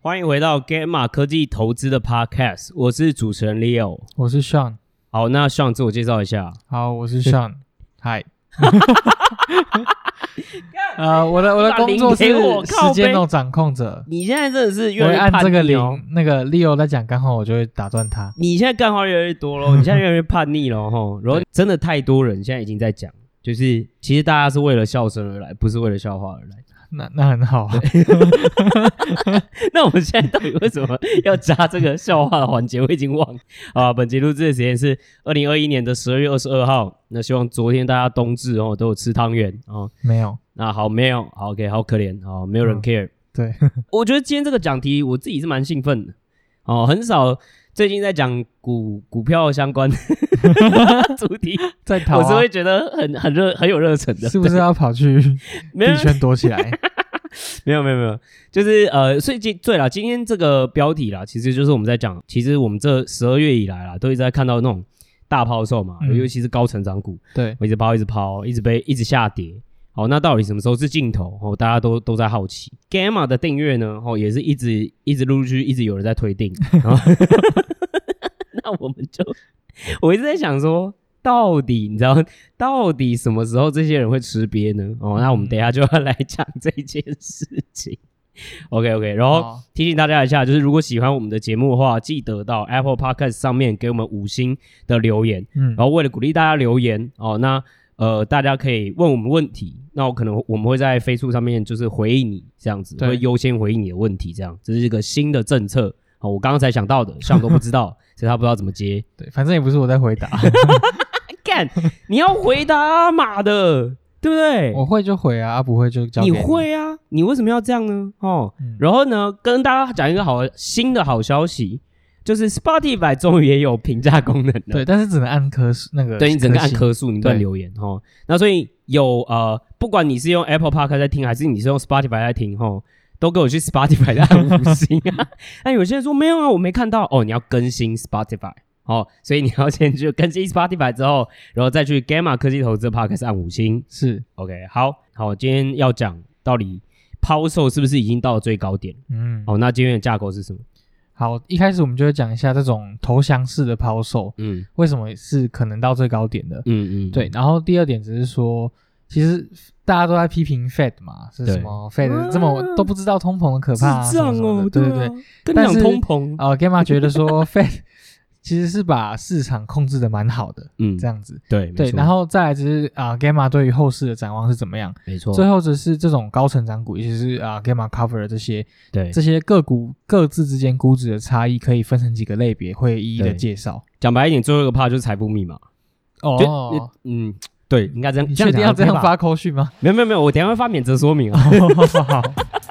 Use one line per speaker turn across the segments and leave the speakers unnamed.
欢迎回到 Gamma 科技投资的 Podcast，我是主持人 Leo。
我是 Sean，
好，那上自我介绍一下。
好，我是 Sean，嗨。呃，我的我的
把
工
零
作
给
是
我靠
时间
背
的掌控者，
你现在真的是
我
越来
会
越
按
叛
这个
逆哦
零，那个 Leo 在讲干话，我就会打断他。
你现在干话越来越多 喽，你现在越来越叛逆了吼。然后真的太多人现在已经在讲，就是其实大家是为了笑声而来，不是为了笑话而来。
那那很好啊，
那我们现在到底为什么要加这个笑话的环节？我已经忘了啊。本集录制的时间是二零二一年的十二月二十二号。那希望昨天大家冬至哦都有吃汤圆哦。
没有
那好没有，好 OK，好可怜哦，没有人
嗯
care。
对，
我觉得今天这个讲题我自己是蛮兴奋的哦，很少最近在讲股股票相关的 主题，
在逃
我是
啊，
会觉得很很热很有热忱的，
是不是要跑去
没有
币圈躲起来？
没有没有没有，就是呃，所以今对了，今天这个标题啦，其实就是我们在讲，其实我们这十二月以来啦，都一直在看到那种大抛售嘛，
嗯
尤其是高成长股，
对，
我一直抛一直抛，一直被一直下跌。好，那到底什么时候是尽头？哦，大家都都在好奇。Gamma 的订阅呢，哦，也是一直一直陆陆续续一直有人在推订。然后 那我们就，我一直在想说，到底你知道，到底什么时候这些人会吃瘪呢？哦，那我们等一下就要来讲这件事情。OK OK，然后
哦，
提醒大家一下，就是如果喜欢我们的节目的话，记得到 Apple Podcast 上面给我们五星的留言。
嗯
然，后为了鼓励大家留言哦，那呃大家可以问我们问题，那我可能我们会在飞速上面就是回应你这样子，
对
会优先回应你的问题，这样这是一个新的政策哦，我刚刚才想到的，上都不知道，所以他不知道怎么接。
对，反正也不是我在回答，
哎干，你要回答啊妈的，对不对？
我会就回啊，啊不会就交给
你，会啊，你为什么要这样呢？哦，
嗯
然后呢，跟大家讲一个好新的好消息，就是 Spotify 终于也有评价功能了。
对，但是只能按颗数那个，
对你整个按
颗
颗数，你乱
对
留言哦。那所以有呃，不管你是用 Apple Park 在听，还是你是用 Spotify 在听吼，都给我去 Spotify 的按五星啊。 那有些人说没有啊，我没看到哦，你要更新 Spotify 哦，所以你要先去更新 Spotify 之后，然后再去 Gamma 科技投资 Park 按五星。
是，
OK，好好，今天要讲到底抛售是不是已经到了最高点？
嗯，
哦，那今天的架构是什么？
好，一开始我们就会讲一下这种投降式的抛售，
嗯
为什么是可能到最高点的？
嗯嗯，
对，，然后第二点只是说，其实大家都在批评 Fed 嘛，是
对
什么 Fed
啊
这么都不知道通膨的可
智
怕、啊，什么
障
什么
哦，
的对对
啊
对。，
跟你
但
讲
是
通膨，
呃，Gamma 觉 得说 Fed 其实是把市场控制的蛮好的，
嗯
这，样子。
对没
对，
错
然后再来只是啊、g a m m a 对于后市的展望是怎么样？
没错，
最后只是这种高成长股，尤其是啊、Gamma Cover 这些
对，
这些个股各自之间估值的差异，可以分成几个类别，会一一的
对
介绍。
讲白一点，最后一个怕就是财富密码。就
哦，
嗯，对，应该这样。
你确定要这样
讲
发？扣讯吗？
没有没有没有，我等一下会发免责说明啊。
好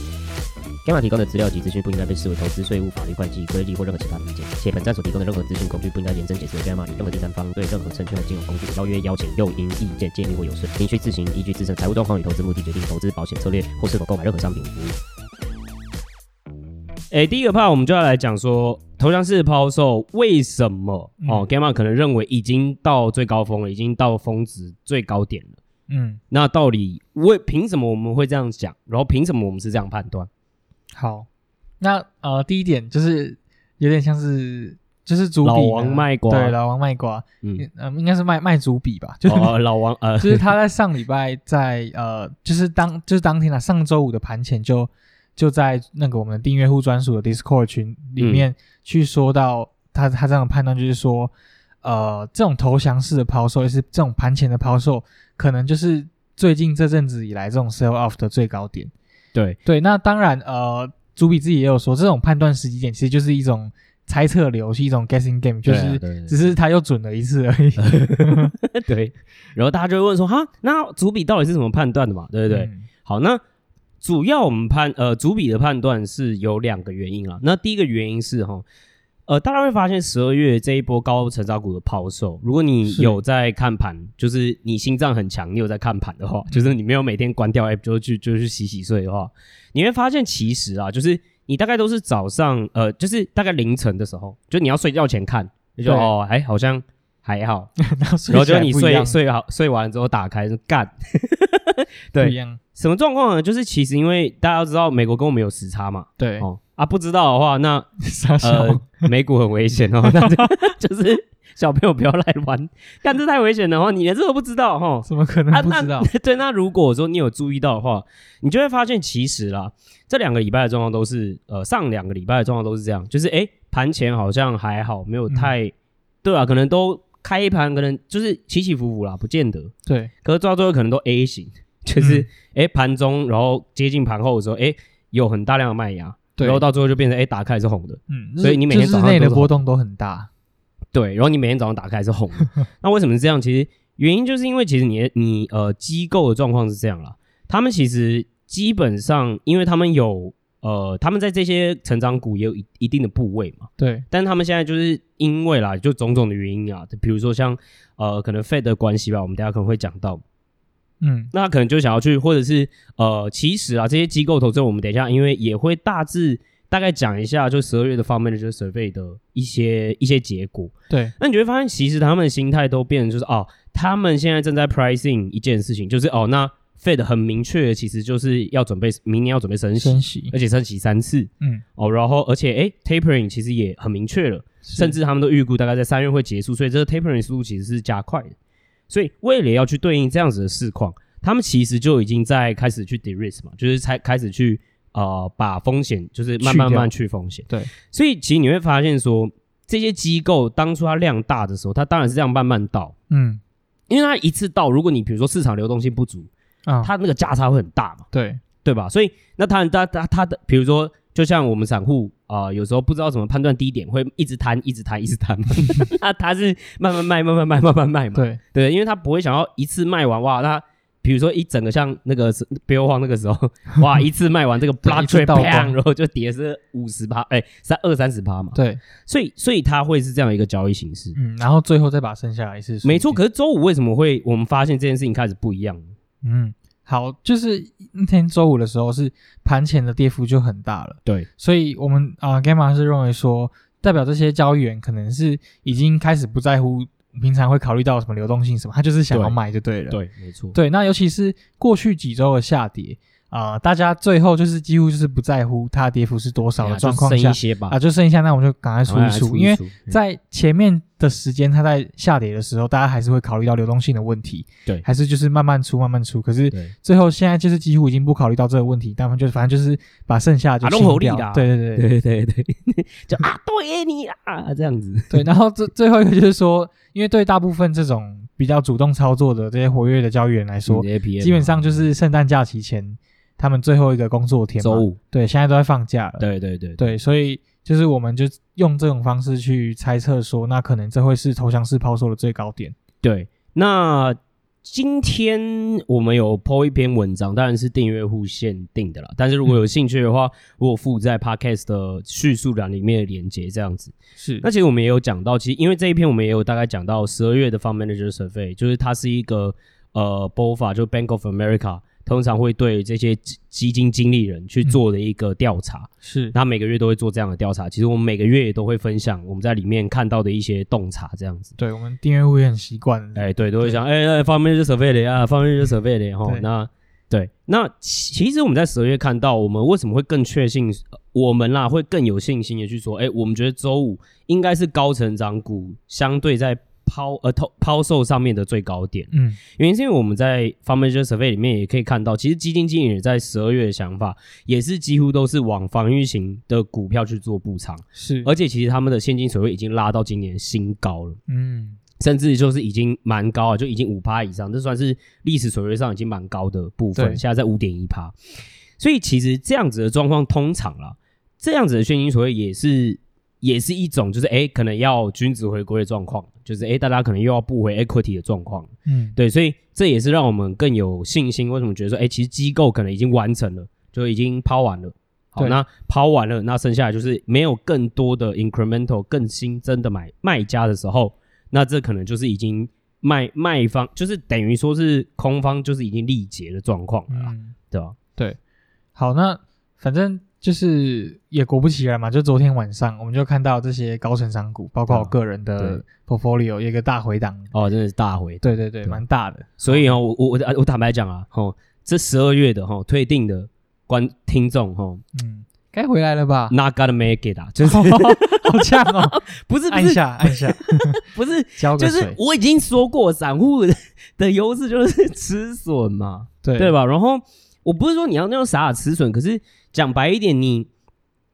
Gamma 提供的资料及资讯不应该被视为投资、税务、法律、会计、规例或任何其他的意见，且本站所提供的任何资讯工具不应该延伸解释为 Gamma 与任何第三方对任何证券或金融工具的邀约、邀请、诱因、意见、建议或游说。您需自行依据自身财务状况与投资目的决定投资、保险策略或是否购买任何商品、服务。
诶，第一个 part 我们就要来讲说，投降式抛售为什么、
嗯
哦？Gamma 可能认为已经到最高峰了，已经到峰值最高点了。
嗯，
那到底为凭什么我们会这样讲？然后凭什么我们是这样判断？
好。那呃，第一点就是有点像是就是主笔呢
老王卖瓜
对，老王卖瓜，
嗯，
嗯，应该是卖卖主笔吧，就是、
哦，老王呃，
就是他在上礼拜在呃，就是当就是当天啊，上周五的盘前就就在那个我们订阅户专属的 Discord 群里
嗯
面去说到他他这样的判断，就是说呃，这种投降式的抛售，也是这种盘前的抛售，可能就是最近这阵子以来这种 sell off 的最高点。
对
对，那当然，呃，朱比自己也有说，这种判断时机点其实就是一种猜测流，是一种 guessing game，就
对
是、
啊对对
只是他又准了一次而已，
对。然后大家就会问说，哈，那主笔到底是怎么判断的嘛？对不对？
嗯
好，那主要我们判呃主笔的判断是有两个原因啊。那第一个原因是哈，呃，大家会发现十二月这一波高成长股的抛售，如果你
是
有在看盘，就是你心脏很强，你有在看盘的
嗯
话，就是你没有每天关掉 app 就去就去洗洗睡的话，你会发现其实啊，就是你大概都是早上，呃，就是大概凌晨的时候，就你要睡觉前看，你就
对
哦，哎，好像还 好，
然后睡
然后
起
就
来
你
不一
睡
样
睡好睡完之后打开是干，
不
对
一，样，
什么状况呢？就是其实因为大家都知道美国跟我们有时差嘛，
对，
哦啊，不知道的话，那
傻 笑，
呃，美股很危险哦， 那就就是小朋友不要来玩，但这太危险了哦，你连这都不知道 哦。
怎么可
啊
能，不知
那
道？
对，那如果说你有注意到的话，你就会发现其实啦，这两个礼拜的状况都是，呃，上两个礼拜的状况都是这样，就是诶，盘前好像还好，没有
嗯
太，对啊，可能都开一盘，可能就是起起伏伏啦，不见得，
对，
可是到最后可能都 A 型， 就是
嗯
诶盘中，然后接近盘后的时候，诶有很大量的卖压，
对
然后到最后就变成诶打开是红的，
嗯，
所以你每
就
天
日
早上
内
都
的
是
波动都很大，
对，然后你每天早上打开是红 的。那为什么是这样？其实原因就是因为其实你你呃机构的状况是这样啦，他们其实基本上因为他们有呃他们在这些成长股也有一一定的部位嘛，
对，
但他们现在就是因为啦就种种的原因啊，比如说像呃可能 Fed 的关系吧，我们等一下可能会讲到，
嗯，
那他可能就想要去，或者是呃，其实啊，这些机构投资人，我们等一下因为也会大致大概讲一下，就十二月的方面的就是 survey 的一些一些结果。
对，
那你就会发现，其实他们的心态都变成就是哦，他们现在正在 pricing 一件事情，就是哦，那 Fed 很明确，其实就是要准备明年要准备升息，
升息
而，且升息三次
嗯，
哦，然后而且诶 tapering 其实也很明确了，甚
至
至他们都预估大概在三月会结束，所以这个 tapering 速度其实是加快的。所以为了要去对应这样子的市况，他们其实就已经在开始去 de-risk 嘛，就是才开始去呃把风险就是慢
去
慢
掉
慢去风险。
对，
所以其实你会发现说，这些机构当初它量大的时候，它当然是这样慢慢倒，
嗯
因为它一次倒，如果你比如说市场流动性不足，
啊，
它那个价差会很大嘛，
对，
对吧？所以那当然它它它的比如说。就像我们散户啊、呃有时候不知道怎么判断低点，会一直摊，一直摊，一直 摊。那它是慢慢卖，慢慢卖，慢慢卖嘛。
对，
对，因为他不会想要一次卖完哇，那比如说一整个像那个是 Bill Wang 那个时候，哇，一次卖完 这个 b l o
一
c
次
k trade
倒光
bang，然后就跌是五十趴，哎，三二三十趴嘛，
对，
所以所以它会是这样一个交易形式，
嗯，然后最后再把它剩下来是
没错。可是周五为什么会我们发现这件事情开始不一样呢？
嗯，好，就是那天周五的时候是盘前的跌幅就很大了，
对，
所以我们啊、g a m m a 是认为说，代表这些交易员可能是已经开始不在乎平常会考虑到什么流动性什么，他就是想要
对
买就对了。
对，啊没错，
对那尤其是过去几周的下跌啊、大家最后就是几乎就是不在乎它的跌幅是多少
哎呀
的
就
状况
剩
下
一些吧哎
啊，，就剩下那我们就赶快出
赶
一
快
出，因为
出
在前面的时间，它在下跌的时候，大家还是会考虑到流动性的问题，
对
还是就是慢慢出，慢慢出。可是
对
最后现在就是几乎已经不考虑到这个问题，他们就反正就是把剩下的
啊
就
弄
清
好力
掉
啦。
对对对
对对对，就 啊，对你啊，这样子，
对。然后最最后一个就是说，因为对大部分这种比较主动操作的这些活跃的交易员来说，
基
基本上就是圣诞假期前他们最后一个工作天嘛
周，五，
对，现在都在放假了。
对对对
对，所以就是我们就用这种方式去猜测说，那可能这会是投降式抛售的最高点。
对，那今天我们有 po 一篇文章，当然是订阅户限定的啦。但是如果有兴趣的话，我有附在 podcast 的叙述栏里面的连接，这样子。
是
那其实我们也有讲到，其实因为这一篇我们也有大概讲到十二月的方面的就是 survey，就是它是一个呃 BOFA，就 Bank of America。通常会对这些基基金经理人去做的一个调查，
是，
那每个月都会做这样的调查。其实我们每个月也都会分享我们在里面看到的一些洞察，这样子。
对我们订阅户也很习惯。
哎，对，都会想，哎，哎方面就 survey 的啊，方面就 survey 的哈。
对
那对，那其其实我们在十二月看到，我们为什么会更确信，呃我们啦会更有信心的去说，哎，我们觉得周五应该是高成长股相对在抛呃投抛售上面的最高点，
嗯，
原因是因为我们在方面就 survey 里面也可以看到，其实基金经理人在十二月的想法也是几乎都是往防御型的股票去做布仓，
是，
而且其实他们的现金水位已经拉到今年新高了。
嗯，
甚至就是已经蛮高啊，就已经五趴以上，这算是历史水位上已经蛮高的部分，
对
现在在五点一趴。所以其实这样子的状况，通常啦，这样子的现金水位也是也是一种，就是哎、诶可能要均值回归的状况，就是哎、诶大家可能又要步回 equity 的状况。
嗯，
对，所以这也是让我们更有信心。为什么觉得说，哎、其实机构可能已经完成了，就已经抛完了，好，
对
那抛完了，那剩下来就是没有更多的 incremental 更新增的买卖家的时候，那这可能就是已经卖卖方就是等于说是空方就是已经力竭的状况了啦，
嗯，
对啊吧？
好，那反正就是也果不其然嘛，就昨天晚上我们就看到这些高成长股，包括我个人的
对
portfolio 有一个大回档，
哦，真的是大回。
对对对，
对
蛮大的。
所以哦，我我我我坦白讲啊，吼，这十二月的吼退订的观听众吼
嗯，该回来了吧？
，not gonna make it 啊， 就是
嗯好呛哦，
不是不
按一
是
下按一下，
不是，
浇
就
个
是
水，
我已经说过，散户的 的优势就是吃笋嘛，
对
对？吧？然后我不是说你要那种傻傻吃笋，可是讲白一点，你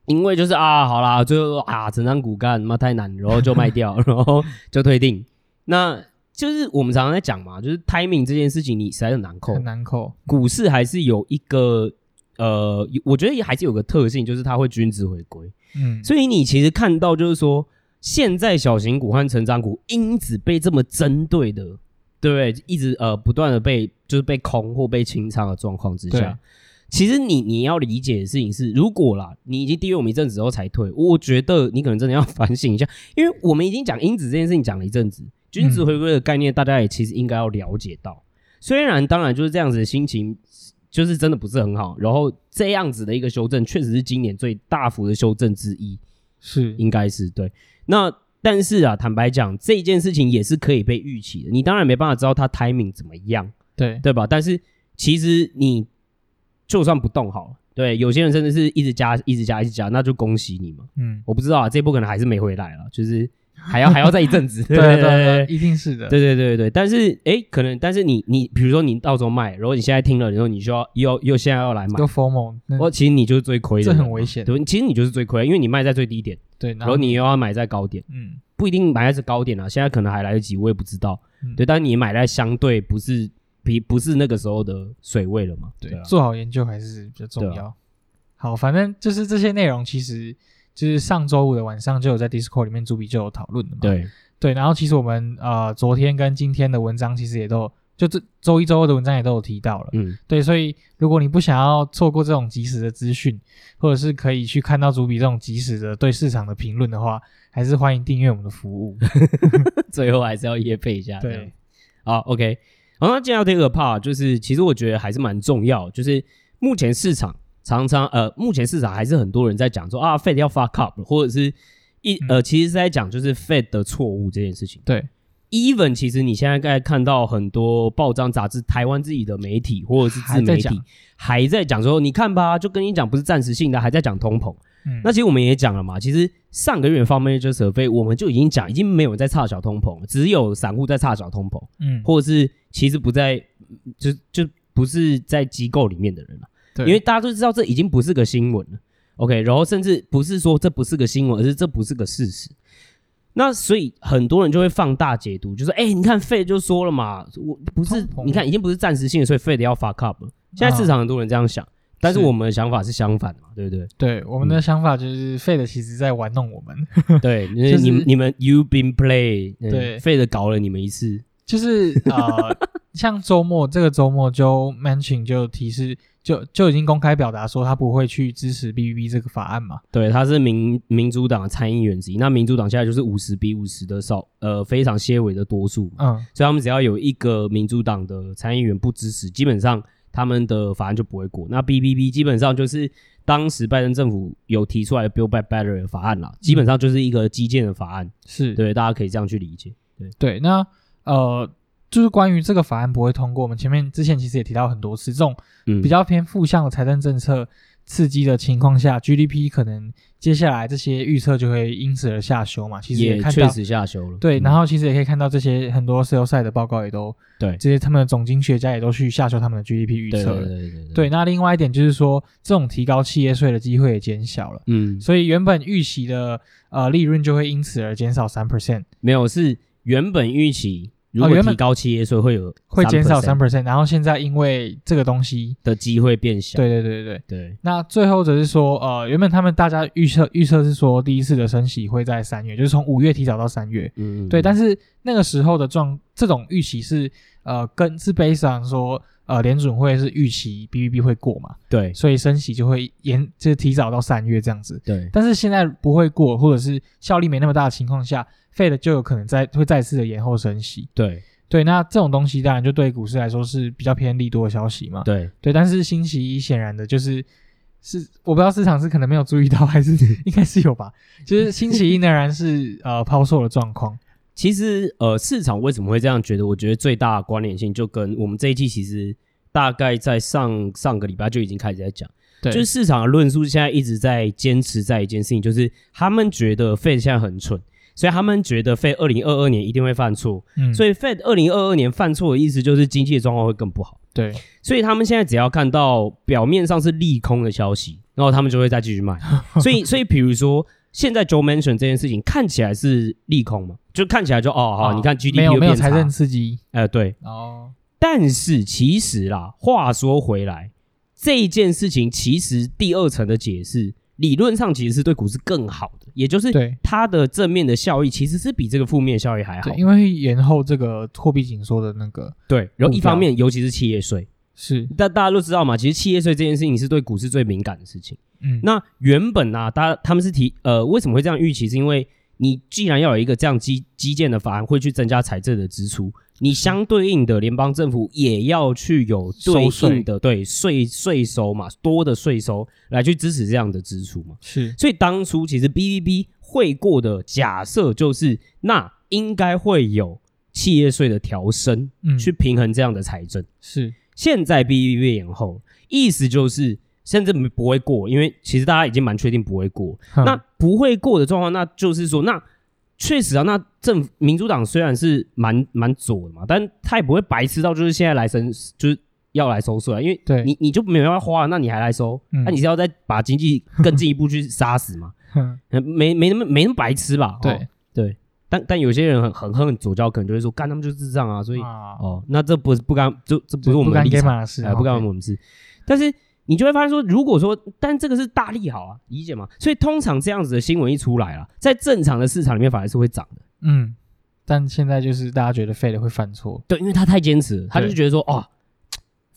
因为就是啊，好啦，最后啊，整张骨干妈太难，然后就卖掉，然后就退订。那就是我们常常在讲嘛，就是 timing 这件事情，你实在很难扣
很。难扣，
股市还是有一个呃，有我觉得还是有个特性，就是它会均值回归。
嗯，
所以你其实看到就是说，现在小型股和成长股因此被这么针对的，对不对？一直呃不断的被就是被空或被清仓的状况之
对
下，其实你你要理解的事情是，如果啦你已经低于我们一阵子之后才退，我觉得你可能真的要反省一下，因为我们已经讲因子这件事情讲了一阵子，均值回归的概念大家也其实应该要了解到，虽然当然就是这样子的心情就是真的不是很好。然后这样子的一个修正，确实是今年最大幅的修正之一，
是
应该是对。那但是啊，坦白讲，这件事情也是可以被预期的。你当然没办法知道它 timing 怎么样，
对
对吧？但是其实你就算不动好了，对，有些人甚至是一直加、一直加、一直加，那就恭喜你嘛。
嗯，
我不知道啊，这波可能还是没回来了， 就是还要还要再一阵子。
对啊对对，一定是 的，
对对对对，但是哎，可能但是你你比如说你到时候卖，如果你现在听了，然后你需要又又现在要来买
又，FOMO，那
哦，其实你就是最亏的
啊
人
这
嘛，啊
很危险
对，其实你就是最亏，啊因为你卖在最低点，
对，
然后你又要买在高点，
嗯
不一定买在是高点啊，现在可能还来得及，我也不知道。
嗯
对，但你买在相对不是比不是那个时候的水位了嘛？
对
啊，
做好研究还是比较重
对啊
要。好，反正就是这些内容，其实就是上周五的晚上就有在 Discord 里面主笔就有讨论的嘛。
对
对，然后其实我们呃昨天跟今天的文章其实也都有就这周一周二的文章也都有提到了。
嗯，
对，所以如果你不想要错过这种及时的资讯，或者是可以去看到主笔这种及时的对市场的评论的话，还是欢迎订阅我们的 服务。
最后还是要业配一下。
对，，
好，OK。好，那接下来第二个 part 就是，其实我觉得还是蛮重要，就是目前市场常常呃，目前市场还是很多人在讲说啊，Fed 要 fuck up，或者是一呃，其实是在讲就是 Fed 的错误这件事情。
嗯对
，even 其实你现在该看到很多报章杂志、台湾自己的媒体或者是自
还在
媒体
讲
还在讲说，你看吧，就跟你讲不是暂时性的，还在讲通膨。
嗯，
那其实我们也讲了嘛，其实上个月方面就是 survey 我们就已经讲，已经没有人在差小通膨了，只有散户在差小通膨。
嗯，
或者是其实不在，就就不是在机构里面的人了，
对，
因为大家都知道这已经不是个新闻了。OK，然后甚至不是说这不是个新闻，而是这不是个事实。那所以很多人就会放大解读，就说：“哎、你看费就说了嘛，我不是
通膨啊
你看已经不是暂时性的，所以费的要 fuck up 了。”现在市场很多人这样想，但是
是
我们的想法是相反的嘛，对不 对？
对我们的想法就是费的其实在玩弄我们，
对，你
就是
你们你们 you been play，
对
费的搞了你们一次，
就是呃， 像周末这个周末，Joe Manchin 就提示，就就已经公开表达说他不会去支持 B B 这个法案嘛。
对，他是民民主党的参议员之一。那民主党现在就是五十比五十的少，呃，非常些微的多数嘛。
嗯，
所以他们只要有一个民主党的参议员不支持，基本上他们的法案就不会过。那 B B B 基本上就是当时拜登政府有提出来的 Build Back Better 的法案啦，基本上就是一个基建的法案。
是
对，大家可以这样去理解。
对。那呃，就是关于这个法案不会通过，我们前面之前其实也提到很多次，这种
嗯，
比较偏负向的财政政策刺激的情况下，GDP 可能接下来这些预测就会因此而下修嘛。其实
也
看
确
到。
实下修了。
对，
嗯
然后其实也可以看到这些很多 sales side 的报告也都，
对
这些他们的总经学家也都去下修他们的 GDP 预
对
测
对
了
对。对对
对，那另外一点就是说，这种提高企业税的机会也减小了，
嗯，
所以原本预期的呃利润就会因此而减少三 percent，
没有是原本预期，如
哦
果
原本
提高企业税会有
会减少三
3%
percent，然后现在因为这个东西，
的机会变小。
对对对对对，
对。
那最后则是说，呃，原本他们大家预测预测是说第一次的升息会在三月，就是从五月提早到三月，
嗯，
对，但
是
是那个时候的状这种预期是呃跟是 based on 说呃联准会是预期 BBB 会过嘛，
对
所以升息就会延就是提早到三月这样子。
对
但是现在不会过，或者是效力没那么大的情况下，Fed 就有可能再会再次的延后升息。
对
对，那这种东西当然就对股市来说是比较偏利多的消息嘛。
对，
对，但是星期一显然的就是是我不知道市场是可能没有注意到， 还是应该是有吧。就是星期一仍然 是呃抛售的状况，
其实呃，市场为什么会这样觉得？我觉得最大的关联性就跟我们这一季其实大概在上上个礼拜就已经开始在讲，
对
就是市场的论述现在一直在坚持在一件事情，就是他们觉得 Fed 现在很蠢，所以他们觉得 Fed 二零二二年一定会犯错，
嗯，
所
以
以 Fed 二零二二年犯错的意思就是经济的状况会更不好。
对
所以他们现在只要看到表面上是利空的消息，然后他们就会再继续 卖。所以，所以比如说现在 Joe mention 这件事情看起来是利空嘛，就看起来就哦好，
啊
你看 GDP
没有
又
没有
变
财
差，
政刺激
呃对。
哦，
但是其实啦，话说回来，这一件事情其实第二层的解释，理论上其实是对股市更好的，也就是
对
它的正面的效益其实是比这个负面效益还好
对，。因为会延后这个货币紧缩的那个
对，然后一
目标
方面尤其是企业税，
是
但大家都知道嘛，其实企业税这件事情是对股市最敏感的事情。
嗯
那原本啊，大家他们是提呃，为什么会这样预期？是因为你既然要有一个这样基基建的法案，会去增加财政的支出，你相对应的联邦政府也要去有对
收税
应的对税税收嘛，多的税收来去支持这样的支出嘛。
是
所以当初其实 B B B 会过的假设就是，那应该会有企业税的调升
嗯
去平衡这样的财政。
是
现在 B B B 延后，意思就是甚至不会过，因为其实大家已经蛮确定不会过。
哼
那不会过的状况，那就是说，那确实啊，那政府民主党虽然是蛮蛮左的嘛，但他也不会白痴到就是现在来收，就是要来收税啊，因为
对
你你就没有要花，那你还来收，那、
嗯
你是要再把经济更进一步去杀死嘛？
哼
呃没没那么没那么白痴吧？哦
对，
对，但但有些人很很恨左交，可能就会说干他们就是智障啊，所以。
啊，
哦，那这不是不干，这这不是我们
不
的
干
立
给
场，
马是
哎，不干我们事。但是你就会发现说，如果说，但这个是大利好啊，理解吗？所以通常这样子的新闻一出来啊，在正常的市场里面反而是会涨的。
嗯，但现在就是大家觉得 Fed 会犯错，
对，因为他太坚持了，他就
对
觉得说，哦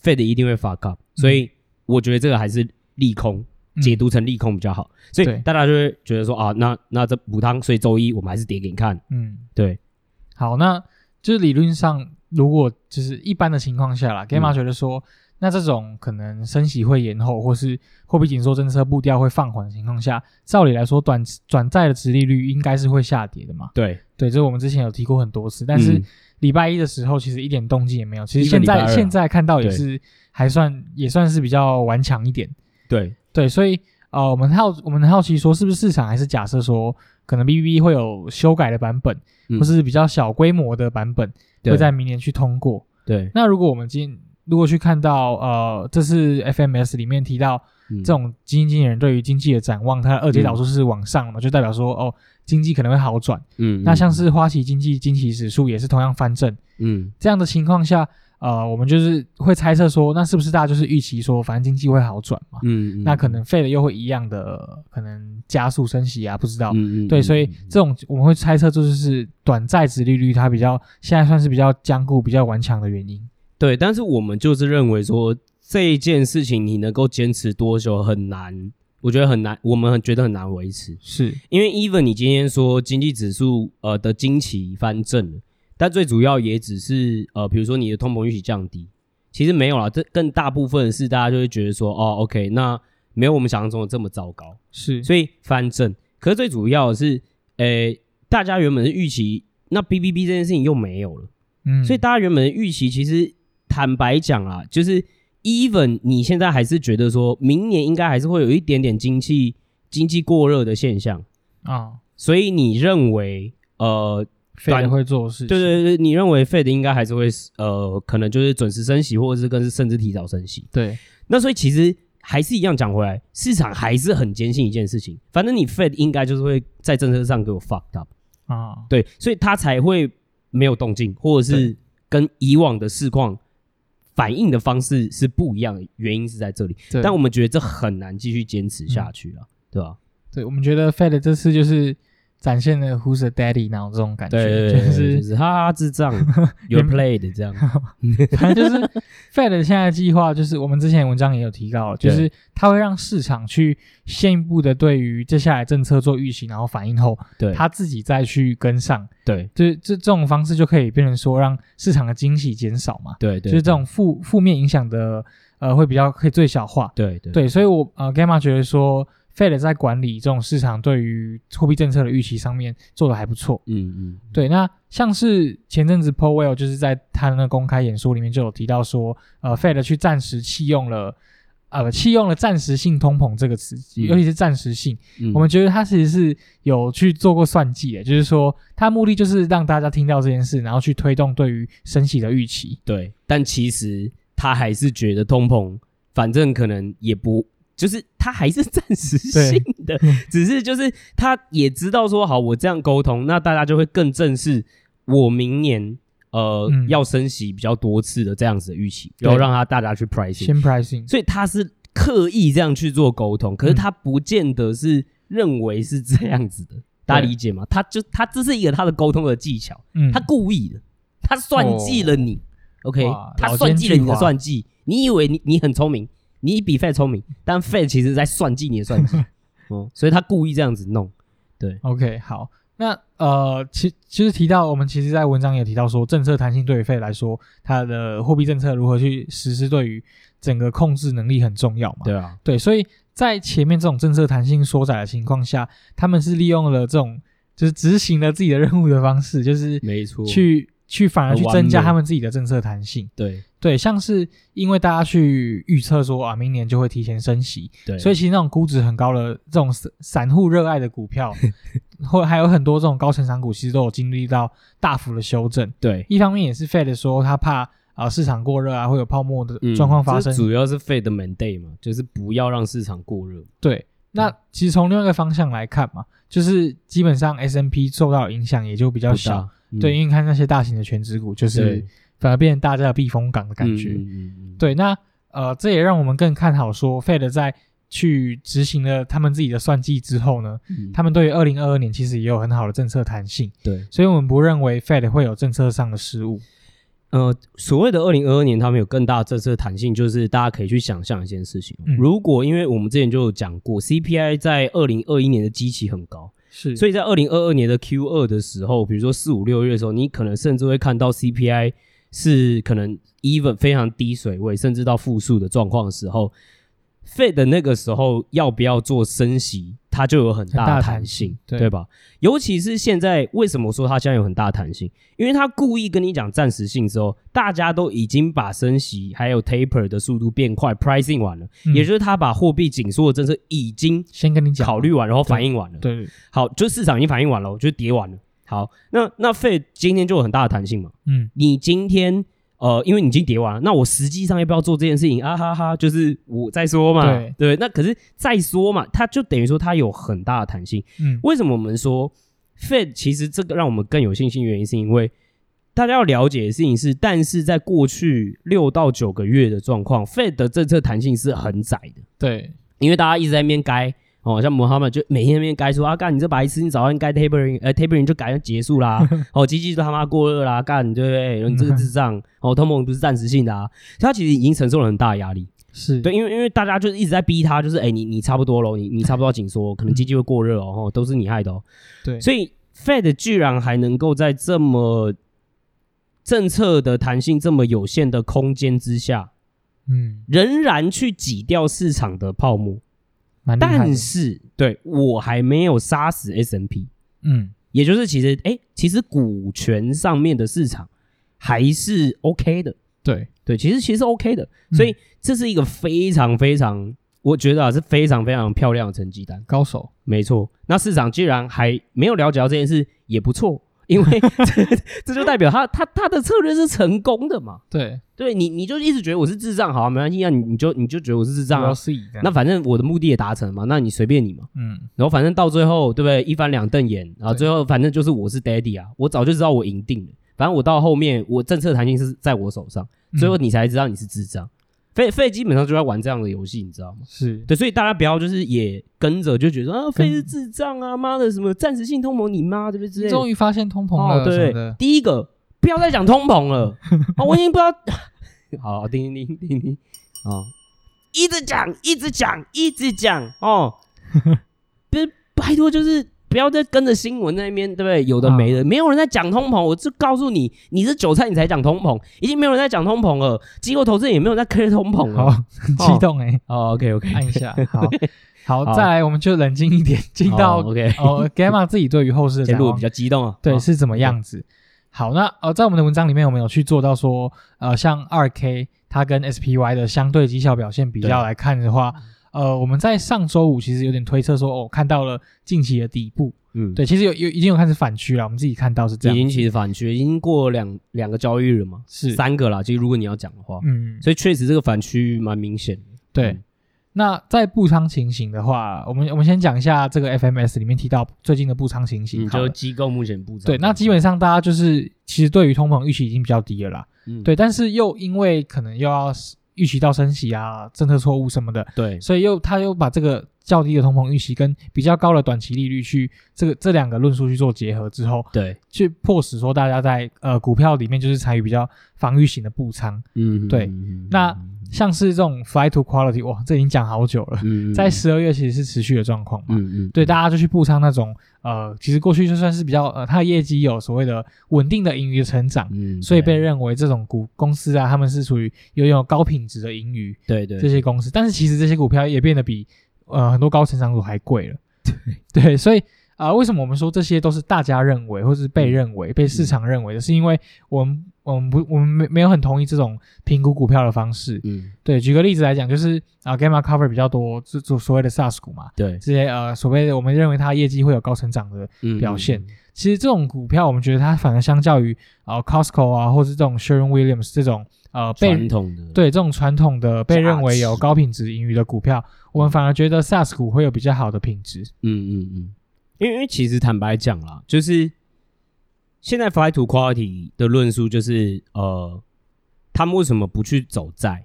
，Fed 一定会 fuck up，所以我觉得这个还是利空，
嗯
解读成利空比较好。所以
对
大家就会觉得说，啊，那那这补汤，所以周一我们还是跌给你看。
嗯，
对，
好，那就是理论上，如果就是一般的情况下
嗯
啦，Gamma 觉得说，那这种可能升息会延后，或是货币紧缩政策步调会放缓的情况下，照理来说，短短债的值利率应该是会下跌的嘛？
对，
对，这我们之前有提过很多次，但是
嗯
礼拜一的时候其实一点动静也没有，其实
一个
现
礼拜
在
二啊
现在看到也
对
是还算也算是比较顽强一点。
对，
对，所以呃，我们好我们很好奇说，是不是市场还是假设说，可能 B B B 会有修改的版本，
嗯
或是比较小规模的版本
对
会在明年去通过？
对，
那如果我们今如果去看到呃，这是 FMS 里面提到
嗯
这种基金经理人对于经济的展望，它的二阶导数是往上的嘛，就代表说哦，经济可能会好转。
嗯，
那像是花旗经济经济指数也是同样翻正，
嗯
这样的情况下，呃，我们就是会猜测说，那是不是大家就是预期说，反正经济会好转嘛？
嗯，嗯
那可能费了又会一样的可能加速升息啊，不知道。
嗯嗯
对，
嗯
所以
嗯
这种我们会猜测，这就是短债值利率它比较现在算是比较坚固、比较顽强的原因。
对，但是我们就是认为说这一件事情你能够坚持多久很难，我觉得很难，我们很觉得很难维持，
是，
因为 even 你今天说经济指数呃的惊奇翻正了，但最主要也只是呃，比如说你的通膨预期降低，其实没有啦，这更大部分是大家就会觉得说哦，OK，那没有我们想象中的这么糟糕，
是，
所以翻正。可是最主要的是，诶、大家原本是预期那 B B B 这件事情又没有了。
嗯，
所以大家原本的预期，其实坦白讲啊，就是 even 你现在还是觉得说明年应该还是会有一点点经济经济过热的现象，
啊，
所以你认为呃，
费了
短
会做的事情，
对对对，你认为 Fed 应该还是会呃，可能就是准时升息，或者是更是甚至提早升息。
对
那所以其实还是一样讲回来，市场还是很坚信一件事情，反正你 Fed 应该就是会在政策上给我 fucked up。
啊，
对，所以它才会没有动静，或者是跟以往的市况反应的方式是不一样的，原因是在这里。
对。嗯
但
我
我们觉得这很难继续坚持下去啊，对吧、
对我们觉得费了这次就是展现了 Who's the Daddy 那种这种感觉，
对
就
对对，就是是哈哈智 障，You played 这样，
反正就是 Fed 现在的计划，就是我们之前文章也有提到了，就
对
是它会让市场去先一步的对于接下来政策做预期，然后反应后，
对，
它自己再去跟上，
对
就是这这种方式就可以变成说让市场的惊喜减少嘛，
对对，
就是这种负负面影响的呃会比较可以最小化。
对对
对，所以我呃 Gamma 觉得说 Fed 在管理这种市场对于货币政策的预期上面做的还不错。
嗯嗯，
对，那像是前阵子 Powell 就是在他那公开演说里面就有提到说，呃，Fed 去暂时弃用了，呃，弃用了“暂时性通膨”这个词，
嗯
尤其是暂时性。
嗯
我们觉得他其实是有去做过算计的，就是说他目的就是让大家听到这件事，然后去推动对于升息的预期。
对，但其实他还是觉得通膨，反正可能也不，就是他还是 暂时性的，
嗯
只是就是他也知道说，好，我这样沟通，那大家就会更正视我明年呃、
嗯
要升息比较多次的这样子的预期，然后
对
让他大家去 pricing，
先 pricing，
所以他是刻意这样去做沟通，
嗯
可是他不见得是认为是这样子的，大家理解吗？他就他这是一个他的沟通的技巧。
嗯，哦
他故意的，他算计了你。OK，
哇
他
老
算
奸
计了你
巨
的
猾
算计，你以为你你很聪明，你比 Fed 聪明，但 Fed 其实在算计你的 算计。哦，所以他故意这样子弄。
OK，好，那呃，其其实提到我们其实，在文章也提到说，政策弹性对于 Fed 来说，它的货币政策如何去实施，对于整个控制能力很重要嘛。
啊，
对，所以在前面这种政策弹性缩窄的情况下，他们是利用了这种就是执行了自己的任务的方式，就是
没错
去去反而
很
去
完
增加
美
他们自己的政策弹性。
对
对，像是因为大家去预测说啊，明年就会提前升息，
对，
所以其实那种估值很高的这种散散户热爱的 股票，或还有很多这种高成长股，其实都有经历到大幅的修正。
对
一方面也是 Fed 说他怕啊、市场过热啊，会有泡沫的
嗯
状况发
这
生。
主要是 Fed 的 mandate 嘛，就是不要让市场过热。
对，
嗯
那其实从另外一个方向来看嘛，就是基本上 S M P 受到的影响也就比较
不
小。
大，嗯
对，因为看那些大型的全指股，就是
对
反而变成大家的避风港的感觉。
嗯嗯嗯嗯
对，那呃，这也让我们更看好说 Fed 在去执行了他们自己的算计之后呢，
嗯
他们对于二零二二年其实也有很好的政策弹性，
对，
所以我们不认为 Fed 会有政策上的失误。
呃，所谓的二零二二年，他们有更大的政策弹性，就是大家可以去想象一件事情。哦
嗯
如果因为我们之前就有讲过，CPI 在二零二一年的基期很高，
是
所
以
以在二零二二年的 Q 二的时候，比如说四五六月的时候，你可能甚至会看到 CPI 是可能 even 非常低水位，甚至到负数的状况的时候，Fed 的那个时候要不要做升息，它就有很
很
大
大
的
的
弹
弹性
性，
对
吧？尤其是现在，为什么说它现在有很大的弹性？因为它故意跟你讲暂时性之后，大家都已经把升息还有 taper 的速度变快，pricing 完了，也就是它把货币紧缩的政策已经
嗯先跟你讲
考虑完，然后反应完了。
对，
好，就市场已经反应完了，就是跌完了。好，那那 Fed 今天就有很大的弹性嘛。
嗯，
你今天呃，因为你已经跌完了，那我实际上要不要做这件事情啊？哈哈，就是我再说嘛，
对
对那可是再说嘛，它就等于说它有很大的弹性。
嗯，
为什么我们说 Fed 其实这个让我们更有信心？原因是因为大家要了解的事情是，但是在过去六到九个月的状况，Fed 的政策弹性是很窄的。
对，
因为大家一直在那边该哦，像摩哈曼就每天在那边该说啊，干你这白痴，你早上该 tapering，呃 tapering 就改就结束啦，哦，机器都他妈过热啦，干对不对？你这个智障，哦，通膨不是暂时性的啊，所以他其实已经承受了很大的压力，
是，
对，因为因为大家就是一直在逼他，就是哎，你你差不多咯，你你差不多要紧缩，可能经济会过热哦，哦都是你害的哦，
对，
所以 Fed 居然还能够在这么政策的弹性这么有限的空间之下，
嗯，
仍然去挤掉市场的泡沫。
蛮厉害的
但是对我还没有杀死 S M P，
嗯，
也就是其实哎、诶其实股权上面的市场还是 OK 的，
对，
对，其实其实 OK 的，
嗯
所以这是一个非常非常，我觉得啊是非常非常漂亮的成绩单，
高手，
没错。那市场既然还没有了解到这件事，也不错，因 为这这就代表他他他的策略是成功的嘛。
对，
对你，你就一直觉得我是智障，好、啊，没关系啊，你你就你就觉得我是智障啊，
是以
那反正我的目的也达成了嘛，那你随便你嘛。
嗯，
然后反正到最后，对不对？一翻两瞪眼，然后最后反正就是我是 daddy 啊，我早就知道我赢定了。反正我到后面，我政策弹性是在我手上，最后
嗯
你才知道你是智障。费费基本上就在玩这样的游戏，你知道吗？
是
对，所以大家不要就是也跟着就觉得啊，
跟
费是智障啊，妈的什么暂时性通膨你妈，对不对？之类的
终于发现通膨了
哦、
什么
对
的，
第一个不要再讲通膨 了，啊我已经不知道。 好，叮叮叮叮叮，哦，一直讲，一直讲，一直讲， 哦，不是，拜托，就是不要再跟着新闻那边，对不对？有的
啊
没的，没有人在讲通膨，我就告诉你，你是韭菜，你才讲通膨，已经没有人在讲通膨了，机构投资人也没有人在 care 通膨
好
了。
很激动哎、
哦，OK OK，
按 一下，好
好
好，再来我们就冷静 一点，进到
OK，
哦 Gamma 自己对于后市的
前
展
路
望
比较激动啊，
对
哦
是怎么样子。好，那呃，在我们的文章里面，我们有去做到说，呃，像二 K 它跟 SPY 的相对绩效表现比较
对
来看的话，
嗯
呃，我们在上周五其实有点推测说，哦，看到了近期的底部，
嗯，
对，其实有有已经有开始反区了，我们自己看到是
已
这样，
经其实反区，已经过两两个交易日了嘛，
是，
三个啦。其实如果你要讲的话，
嗯，
所以确实这个反区蛮明显的。
对
嗯，
那在步仓情形的话，我们我们先讲一下这个 FMS 里面提到最近的步仓情形
你
好了，
就机构目前不涨
对，那基本上大家就是其实对于通膨预期已经比较低了啦，
嗯
对，但是又因为可能又要预期到升息啊、政策错误什么的，
对
所以又他又把这个较低的通膨预期跟比较高的短期利率去这个这两个论述去做结合之后，
对，
去迫使说大家在呃股票里面就是采取比较防御型的步仓，
嗯
对
嗯
那像是这种 fly to quality，哇，这已经讲好久了，
嗯
在十二月其实是持续的状况嘛。
嗯嗯
对，大家就去步仓那种，呃，其实过去就算是比较，呃，它的业绩有所谓的稳定的盈余成长，
嗯
所以被认为这种股公司啊，他们是属于拥有高品质的盈余
对对
这些公司，但是其实这些股票也变得比呃很多高成长股还贵 了。对所以啊、呃为什么我们说这些都是大家认为或是被
嗯
认为、被市场认为的？是因为我们我们不我们没没有很同意这种评估股票的方式。
嗯
对，举个例子来讲，就是啊、g a m m a Cover 比较多，这做所谓的 SaaS 股嘛，
对
这些呃所谓的我们认为它业绩会有高成长的
嗯
表现其实这种股票，我们觉得它反而相较于呃 Costco 啊，或是这种 Sherwin Williams 这种呃
传
被
统的
对这种传统的被
价
认为有
值
高品质盈余的股票，我们反而觉得 SaaS 股会有比较好的品质。
嗯嗯嗯，因为因为其实坦白讲啦，就是现在 fly to quality 的论述就是呃，他们为什么不去走债，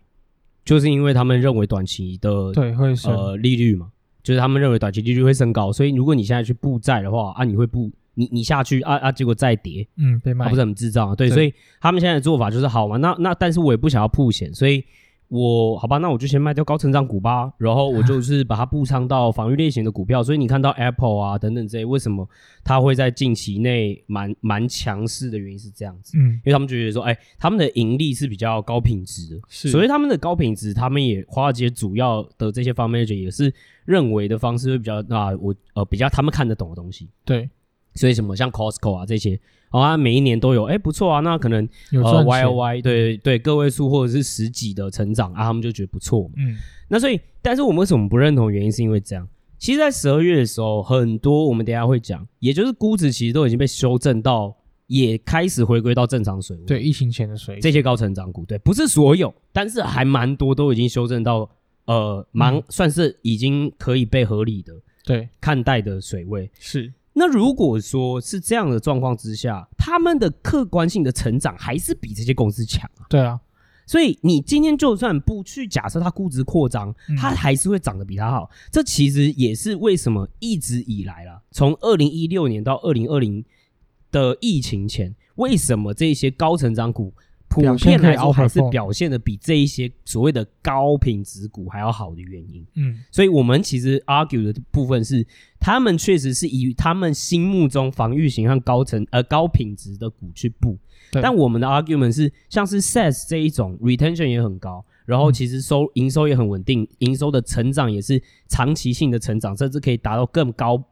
就是因为他们认为短期的
对，会是、
呃利率嘛，就是他们认为短期利率会升高，所以如果你现在去布债的话，啊，你会布你你下去啊啊，结果再跌，
嗯被卖、
啊、不是很智障啊？对，
对
所以他们现在的做法就是好嘛，那那但是我也不想要铺险，所以我好吧，那我就先卖掉高成长股吧，然后我就是把它布仓到防御类型的股票，所以你看到 Apple 啊等等这些，为什么它会在近期内蛮蛮强势的原因是这样子。
嗯
因为他们就觉得说，哎、他们的盈利是比较高品质的，
是
所以他们的高品质，他们也华尔街主要的这些方面也是认为的方式会比较啊，我呃比较他们看得懂的东西，
对
所以什么像 Costco 啊这些，哦，它每一年都有，哎、不错啊，那可能
有
呃
赚
Y
钱
O Y 对对个位数或者是十几的成长啊，他们就觉得不错嘛。
嗯
那所以，但是我们为什么不认同？原因是因为这样。其实，在十二月的时候，很多我们等一下会讲，也就是估值其实都已经被修正到，也开始回归到正常水位。
对疫情前的水
这些高成长股，对，不是所有，但是还蛮多都已经修正到呃，蛮、
嗯
算是已经可以被合理的
对
看待的水位。
是
那如果说是这样的状况之下，他们的客观性的成长还是比这些公司强啊。
对啊
所以你今天就算不去假设它估值扩张
嗯，
它还是会涨得比它好。这其实也是为什么一直以来啦，从二零一六年到二零二零的疫情前，为什么这些高成长股普
表现
遍
可以
来说还是
outperform
表现的比这一些所谓的高品质股还要好的原因？
嗯
所以我们其实 argue 的部分是，他们确实是以他们心目中防御型和高层呃高品质的股去布，
对
但我们的 argument 是，像是 SaaS 这一种 retention 也很高，然
嗯
后其实收营收也很稳定，营收的成长也是长期性的成长，甚至可以达到更高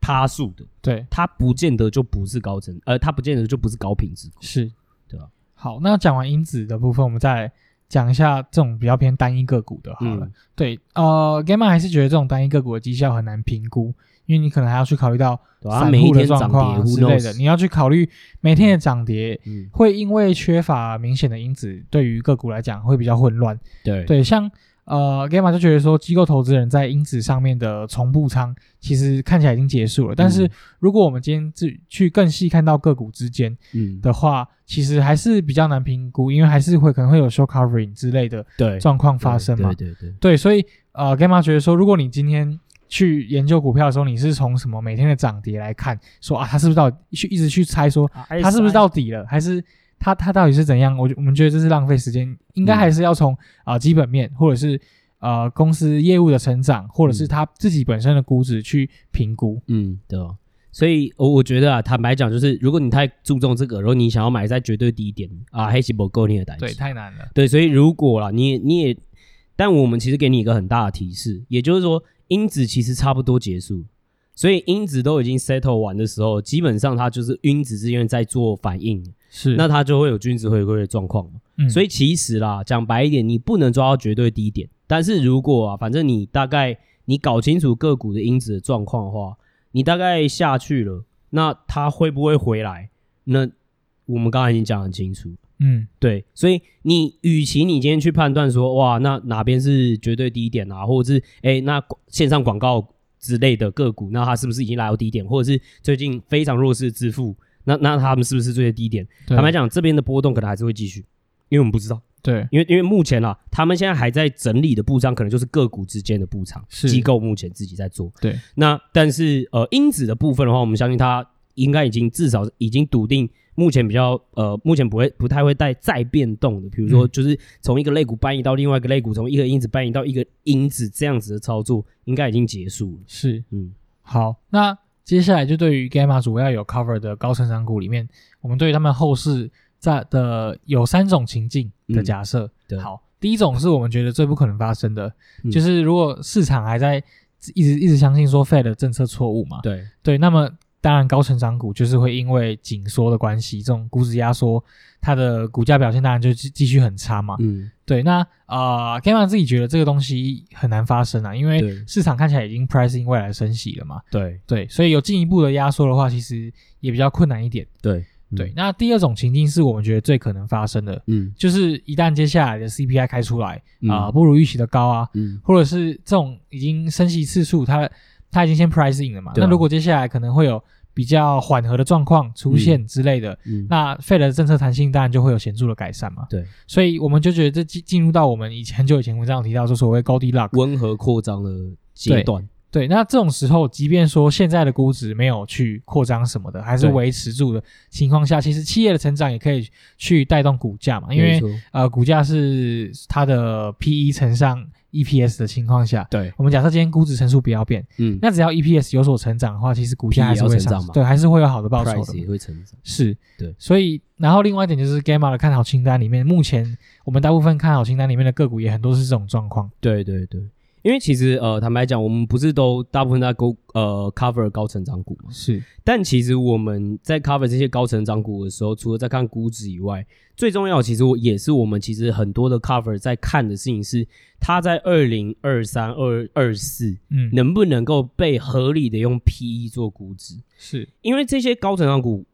趴数的，
对
它不见得就不是高成，呃，它不见得就不是高品质股，
是
对啊。
好，那讲完因子的部分，我们再来讲一下这种比较偏单一个股的好了。
嗯
对，呃，Gamma 还是觉得这种单一个股的绩效很难评估，因为你可能还要去考虑到
对啊它
散
每一
户的
天
状
涨
况啊
跌，
之类的，
who knows
你要去考虑每天的涨跌。
嗯，
会因为缺乏明显的因子，对于个股来讲会比较混乱。
对
对，像呃，Gamma 就觉得说，机构投资人在因子上面的重步仓其实看起来已经结束了，但是
嗯
如果我们今天去去更细看到个股之间
嗯，
的话，其实还是比较难评估，因为还是会可能会有 show covering 之类的
对，
状况发生嘛。
对对对，
对，所以呃，Gamma 觉得说，如果你今天去研究股票的时候，你是从什么每天的涨跌来看，说啊，它是不是到底去一直去猜说它是不是到底了，还是它它到底是怎样？我觉我们觉得这是浪费时间，应该
嗯
还是要从啊、呃基本面或者是。呃，公司业务的成长，或者是它自己本身的估值去评估，
嗯，对哦。所以，我我觉得啊，坦白讲，就是如果你太注重这个，如果你想要买在绝对低点啊，黑西不够你的代
对，太难了。
对，所以如果啦，你也你也，但我们其实给你一个很大的提示，也就是说，因子其实差不多结束，所以因子都已经 settle 完的时候，基本上它就是因子之间在做反应，
是嗯
那它就会有均值回归的状况嘛。
那
所
以
以其实啦，讲白一点，你不能抓到绝对低点，但是如果啊，反正你大概你搞清楚个股的因子的状况的话，你大概下去了，那它会不会回来？那我们刚才已经讲得很清楚，
嗯，
对，所以你与其你今天去判断说，哇，那哪边是绝对低点啊，或者是哎、那广线上广告之类的个股，那它是不是已经来到低点，或者是最近非常弱势的支付，那那他们是不是最低点？
对
坦白讲，这边的波动可能还是会继续，因为我们不知道，
对，
因为因为目前啊，他们现在还在整理的布仓，可能就是个股之间的布仓，
是
机构目前自己在做。
对，
那但是呃，因子的部分的话，我们相信它应该已经至少已经笃定，目前比较呃，目前不会不太会带再变动的，比如说
嗯
就是从一个类股搬移到另外一个类股，从一个因子搬移到一个因子这样子的操作，应该已经结束了。
是
嗯，
好，那接下来就对于 Gamma 主要有 cover 的高成长股里面，我们对于他们后市在的有三种情境的假设。
嗯对
好，第一种是我们觉得最不可能发生的，
嗯
就是如果市场还在一直一直相信说 Fed 的政策错误嘛，
对，
对，那么当然高成长股就是会因为紧缩的关系，这种估值压缩，它的股价表现当然就继继续很差嘛。
嗯，
对，那呃，Gamma 自己觉得这个东西很难发生啊，因为
对
市场看起来已经 pricing 未来的升息了嘛。
哎对
对，所以有进一步的压缩的话，其实也比较困难一点。
对
对，，那第二种情境是我们觉得最可能发生的，
嗯
就是一旦接下来的 CPI 开出来
嗯
啊、不如预期的高啊，
嗯
或者是这种已经升息次数它它已经先 price in 了嘛，
对啊
那如果接下来可能会有比较缓和的状况出现之类的，
嗯，
那 Fed 的政策弹性当然就会有显著的改善嘛。
对
所以我们就觉得这进进入到我们以前很久以前文章有提到说所谓高低 luck，
温和扩张的阶
对
段，
对，那这种时候，即便说现在的估值没有去扩张什么的，还是
对
维持住的情况下，其实企业的成长也可以去带动股价嘛，因
没
为
错
呃，股价是它的 P E 乘上 E P S 的情况下，
对，
我们假设今天估值乘数不要变，
嗯，
那只要 E P S 有所成长的话，其实股
P/E
价还是
也
会
要成
上
长
去
嘛
对，还是会有好的报酬
price
的
也。会成长，
是，
对
所以然后另外一点就是 Gamma 的看好清单里面，目前我们大部分看好清单里面的个股也很多是这种状况，
对对对，因为其实呃，坦白讲，我们不是都大部分在勾呃 cover 高成长股嘛，
是
但其实我们在 cover 这些高成长股的时候，除了在看估值以外，最重要的其实我也是我们其实很多的 cover 在看的事情是，它在二零二三、二二四
嗯，
能不能够被合理的用 PE 做估值，
是
因为这些高成长股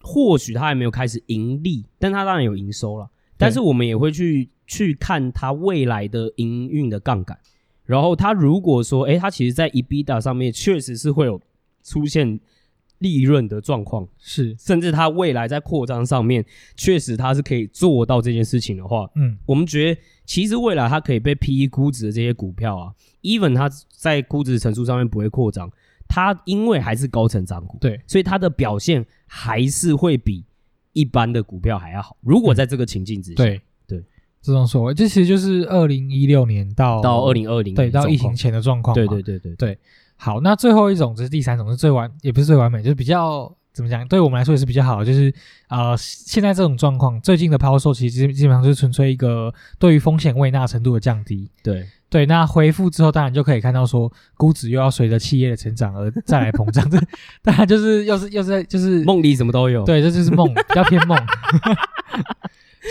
或许它还没有开始盈利，但它当然有营收了。但是我们也会去去看它未来的营运的杠杆，然后它如果说，诶，它其实在 EBITDA 上面确实是会有出现利润的状况，
是，
甚至它未来在扩张上面确实它是可以做到这件事情的话，
嗯
我们觉得其实未来它可以被 PE 估值的这些股票啊，even 它在估值层数上面不会扩张，它因为还是高成长股，
对，
所以它的表现还是会比一般的股票还要好。如果在这个情境之下，
对
对，
这种所谓，这其实就是二零一六年到
到二零二零
哦对到疫情，前的状况嘛。
对对对对对
好，那最后一种就是第三种，是最完也不是最完美，就是比较怎么讲，对我们来说也是比较好的，就是呃现在这种状况，最近的抛售其实基基本上就是纯粹一个对于风险未纳程度的降低。
对，
对，那恢复之后，当然就可以看到说，估值又要随着企业的成长而再来膨胀。这 当然就是又是又是在就是
梦里什么都有，
对，这就是梦，比较偏 梦。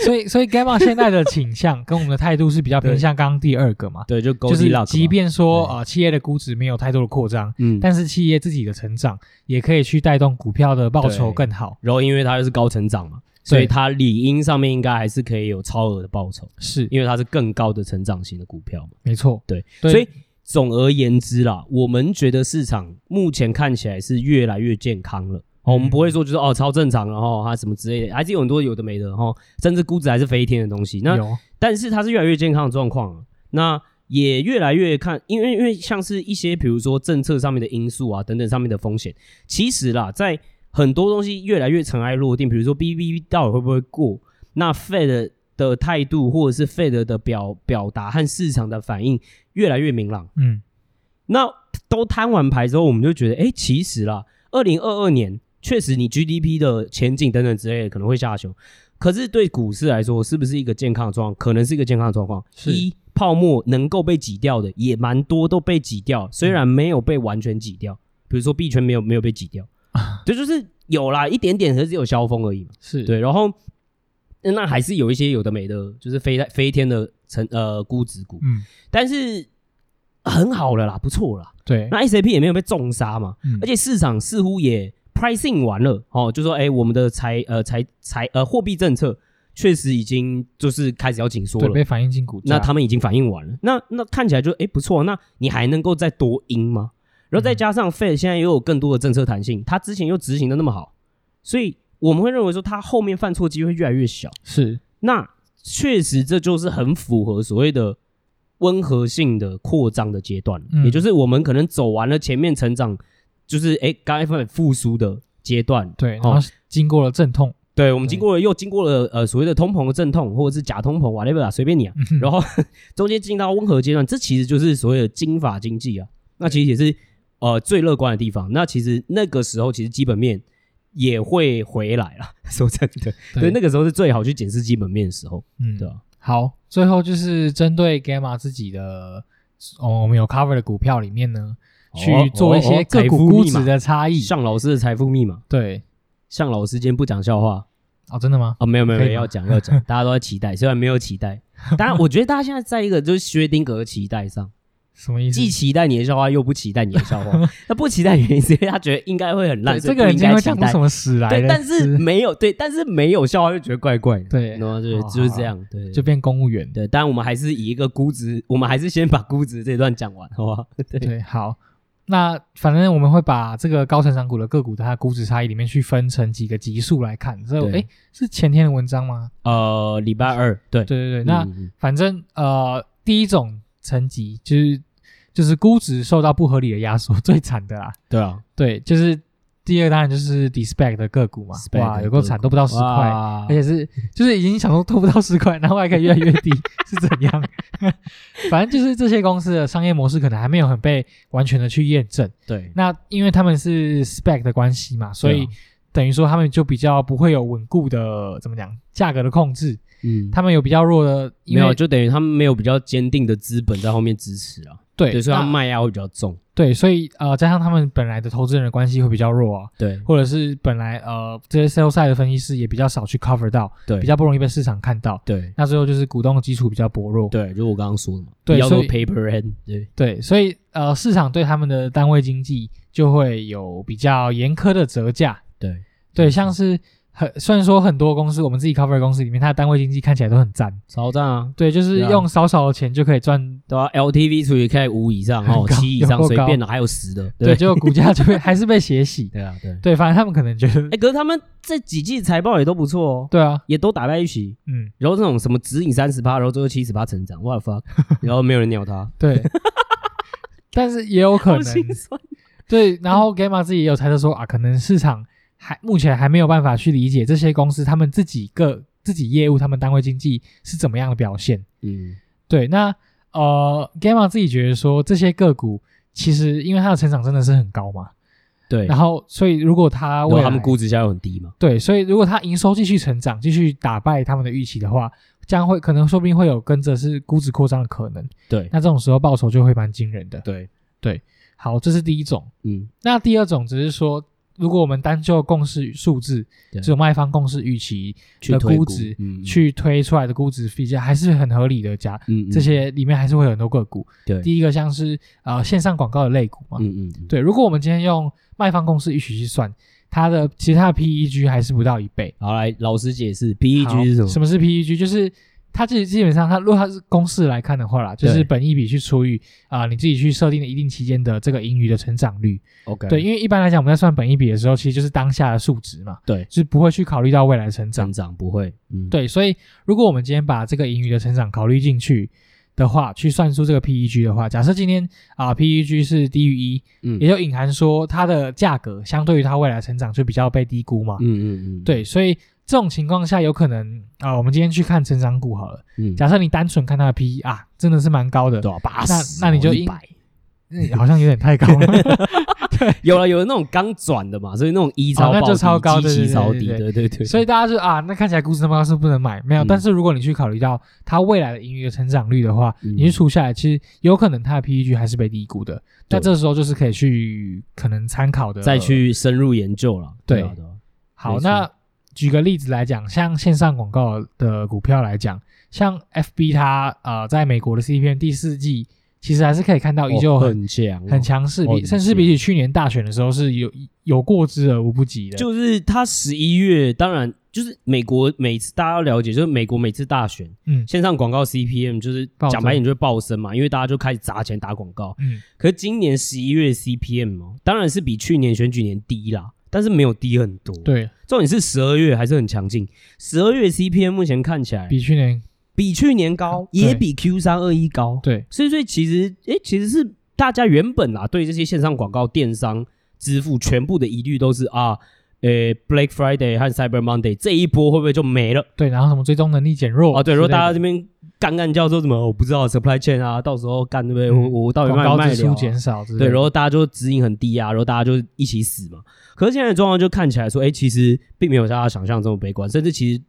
所以，所以 Gamma 现在的倾 向跟我们的态度是比较偏向刚刚第二个嘛，
对，就
就
Goldilocks
是
嘛
即便说
对
呃企业的估值没有太多的扩张，
嗯，
但是企业自己的成长也可以去带动股票的报酬
对
更好。
然后因为它又是高成长嘛，所以
对
它理应上面应该还是可以有超额的报酬，
是
因为它是更高的成长型的股票嘛。
没错，
对，
对
所以总而言之啦，我们觉得市场目前看起来是越来越健康了。哦，我们不会说就是哦超正常了哦，它什么之类的，还是有很多有的没的哦，甚至估值还是飞天的东西。那
有
但是它是越来越健康的状况了，那也越来越看，因为因为像是一些比如说政策上面的因素啊等等上面的风险，其实啦，在很多东西越来越尘埃落定，比如说 B B 到底会不会过，那 Fed 的态度或者是 Fed 的表表达和市场的反应越来越明朗。
嗯
那都摊完牌之后，我们就觉得，哎、其实啦，二零二二年确实你 GDP 的前景等等之类的可能会下修，可是对股市来说，是不是一个健康的状况？可能是一个健康的状况。
是
一泡沫能够被挤掉的也蛮多，都被挤掉，虽然没有被完全挤掉，比如说币圈没有没有被 挤掉，这就是有啦，一点点，可是有消风而已嘛。
是
对，然后嗯那还是有一些有的没的，就是飞飞天的成呃估值股，
嗯
但是很好了啦，不错啦。
对
那 S A P 也没有被重杀嘛，
嗯
而且市场似乎也 pricing 完了哦，就说哎、我们的财呃财财呃货币政策确实已经就是开始要紧缩
对
了，
被反映进股价，
那他们已经反应完了，那那看起来就哎、不错，那你还能够再多赢吗？然后
嗯
再加上 Fed 现在又有更多的政策弹性，它之前又执行的那么好，所以我们会认为说它后面犯错机会越来越小。
是
那确实这就是很符合所谓的温和性的扩张的阶段，
嗯
也就是我们可能走完了前面成长，就是哎刚才开始复苏的阶段。
对，然
哦
后经过了阵痛，
对，我们经过了又经过了呃所谓的通膨的阵痛，或者是假通膨 whatever 啊，随便你啊。 然后中间进到温和阶段，这其实就是所谓的金法经济啊。那其实也是呃最乐观的地方。那其实那个时候其实基本面也会回来了， 说真的，对，那个时候是最好去检视基本面的时候，
嗯
对啊。
好，最后就是针对 Gamma 自己的，哦，我们有 cover 的股票里面呢，去做一些个股估值的差异。
向老师的财富密码，
对，
向老师今天不讲笑话
哦，真的吗？
啊、没有没有
可以
没
吗
有，要讲要讲，大家都在期待，虽然没有期 待，当然我觉得大家现在在一个就是薛定谔的期待上，
什么意思？
既期待你的笑话，又不期待你的笑 话。那不期待的原因是因为他觉得应该会很烂，
对
所以
这个人
不
今
应
天
该
会
期
讲出
待
什。么屎来
对，
的？
但是没有对，但是没有笑话就觉得怪怪的，
对
然后就是
好
就是
好
这样，对，
就变公务员。
对。当然我们还是以一个估值，我们还是先把估值这段讲完，好不好？对，
对，好，那反正我们会把这个高成长股的个股它的估值差异里面去分成几个级数来看。这
对
哎是前天的文章吗？
呃，礼拜二，对，
对对对，那
嗯嗯嗯
反正呃，第一种层级就是就是估值受到不合理的压缩，最惨的啦。
对啊，
对，就是第二当然就是 DSPAC 的个股嘛
Spec
哇，
的
有够惨，
个股
都不到十块，哎
哇
而且是就是已经想说都不到十块，然后还可以越来越低，是怎样？ 反正就是这些公司的商业模式可能还没有很被完全的去验证。
对，
那因为他们是 SPAC 的关系嘛，所
对
以
啊
等于说他们就比较不会有稳固的怎么讲价格的控制，
嗯，
他们有比较弱的，因
没
为
有，就等于他们没有比较坚定的资本在后面支持啊，
对
对，所以他
那
们卖压会比较重，
对，所以呃加上他们本来的投资人的关系会比较弱啊。
对
或者是本来呃这些 sales side 的分析师也比较少去 cover 到，
对，
比较不容易被市场看到。
对
那最后就是股东的基础比较薄弱，
对，就我刚刚说的嘛，
对
比较多
所以
paper hand，对
对所以呃市场对他们的单位经济就会有比较严苛的折价。
对
对，
嗯
像是很虽然说很多公司我们自己 cover 的公司里面，它的单位经济看起来都很赞，
超赞啊，
对，就是
对啊
用少少的钱就可以赚，
对啊，LTV 除以 K 五以上哦，
很高
七以
有
上
够
随
高
便的，还有十的，
对，
对
结果股价就会 还是被血洗。
对啊，对，
对，反正他们可能觉得，
哎，可是他们这几季财报也都不错哦，
对啊，
也都打在一起。
嗯，
然后那种什么指引三十趴，然后最后七十趴成长，what the fuck，然后没有人鸟他，
对。但是也有可
好
能，
心酸
对，然后 Gamma 自己也有猜测说啊，可能市场还目前还没有办法去理解这些公司他们自己个自己业务、他们单位经济是怎么样的表现。
嗯，
对，那呃，Gamma 自己觉得说这些个股其实因为它的成长真的是很高嘛，
对，
然
然
后所以如果它未
后
来
他们估值下又很低嘛，
对，所以如果它营收继续成长，继续打败他们的预期的话，将会可能说不定会有跟着是估值扩张的可能。
对
那这种时候报酬就会蛮惊人的。
对，
好，这是第一种。
嗯，
那第二种只是说，如果我们单就共识数字，
对
只有卖方共识预期
去
的
推
估
估
值
嗯嗯
去推出来的估值比较，还是很合理的价。
嗯嗯
这些里面还是会有很多个股。
对，
第一个像是呃线上广告的类股嘛，
嗯嗯嗯，
对。如果我们今天用卖方共识预期去算，它的其实它的 PEG 还是不到一倍。
好，来老师解释
好
PEG E 是什么？
什么是 PEG？就是它自己基本上它如果它是公式来看的话啦，就是
对
本益比去除以啊、你自己去设定的一定期间的这个盈余的成长率。
OK，
对，因为一般来讲我们在算本益比的时候，其实就是当下的数值嘛，
对
就是不会去考虑到未来的成长
增。长不会，嗯，
对，所以如果我们今天把这个盈余的成长考虑进去的话，去算出这个 PEG 的话，假设今天啊、PEG 是低于一，
嗯
也就隐含说它的价格相对于它未来的成长就比较被低估嘛。
嗯嗯嗯，，
对，所以这种情况下有可能啊、我们今天去看成长股好了，
嗯，
假设你单纯看它的 PE 啊，真的是蛮高的，
对啊，八
那
十，
那你就
一
应
百。
嗯好像有点太高了。
有了有那种刚转的嘛，所以那种一超
哦那就
爆低
超高
基
对对
期
对
超低，
对
对对对，
所以大家就啊，那看起来估值那么高是不能买，没有。
嗯
但是如果你去考虑到它未来的盈余的成长率的话，
嗯
你去除下来，其实有可能它的 PEG 还是被低估的。那
对
这时候就是可以去可能参考的，
再去深入研究了。
对
啊啊
好。
没错
那举个例子来讲，像线上广告的股票来讲，像 FB 它呃在美国的 CPM 第四季，其实还是可以看到依旧
哦
很
很强哦，
很强势，
哦
比
理
甚至
解
比起去年大选的时候是有有过之而无不及的。
就是他十一月，当然就是美国每次大家要了解，就是美国每次大选
嗯
线上广告 CPM 就是
暴增
讲白点就是暴升嘛，因为大家就开始砸钱打广告。
嗯，
可是今年十一月 CPM 哦，当然是比去年选举年低啦，但是没有低很多。，
对
重点是十二月还是很强劲，十二月 CPM 目前看起来
比去年
比去年高，
对
也比 Q 三二一高。
对
所以所以其实，诶，其实是大家原本啊对这些线上广告、电商支付全部的疑虑都是啊，诶，Black Friday 和 Cyber Monday 这一波会不会就没了？
对，然后什么追踪能力减弱
哦，对，如果大家
家
这边干干叫说什么我不知道 supply chain 啊，到时候干对不对？
嗯
我我到底
广
卖不
告
卖
支
了
出
啊？
减少之类的，
对，然后大家就指引很低啊，然后大家就一起死嘛。可是现在的状况就看起来说，诶，其实并没有大家想象这么悲观，甚至其实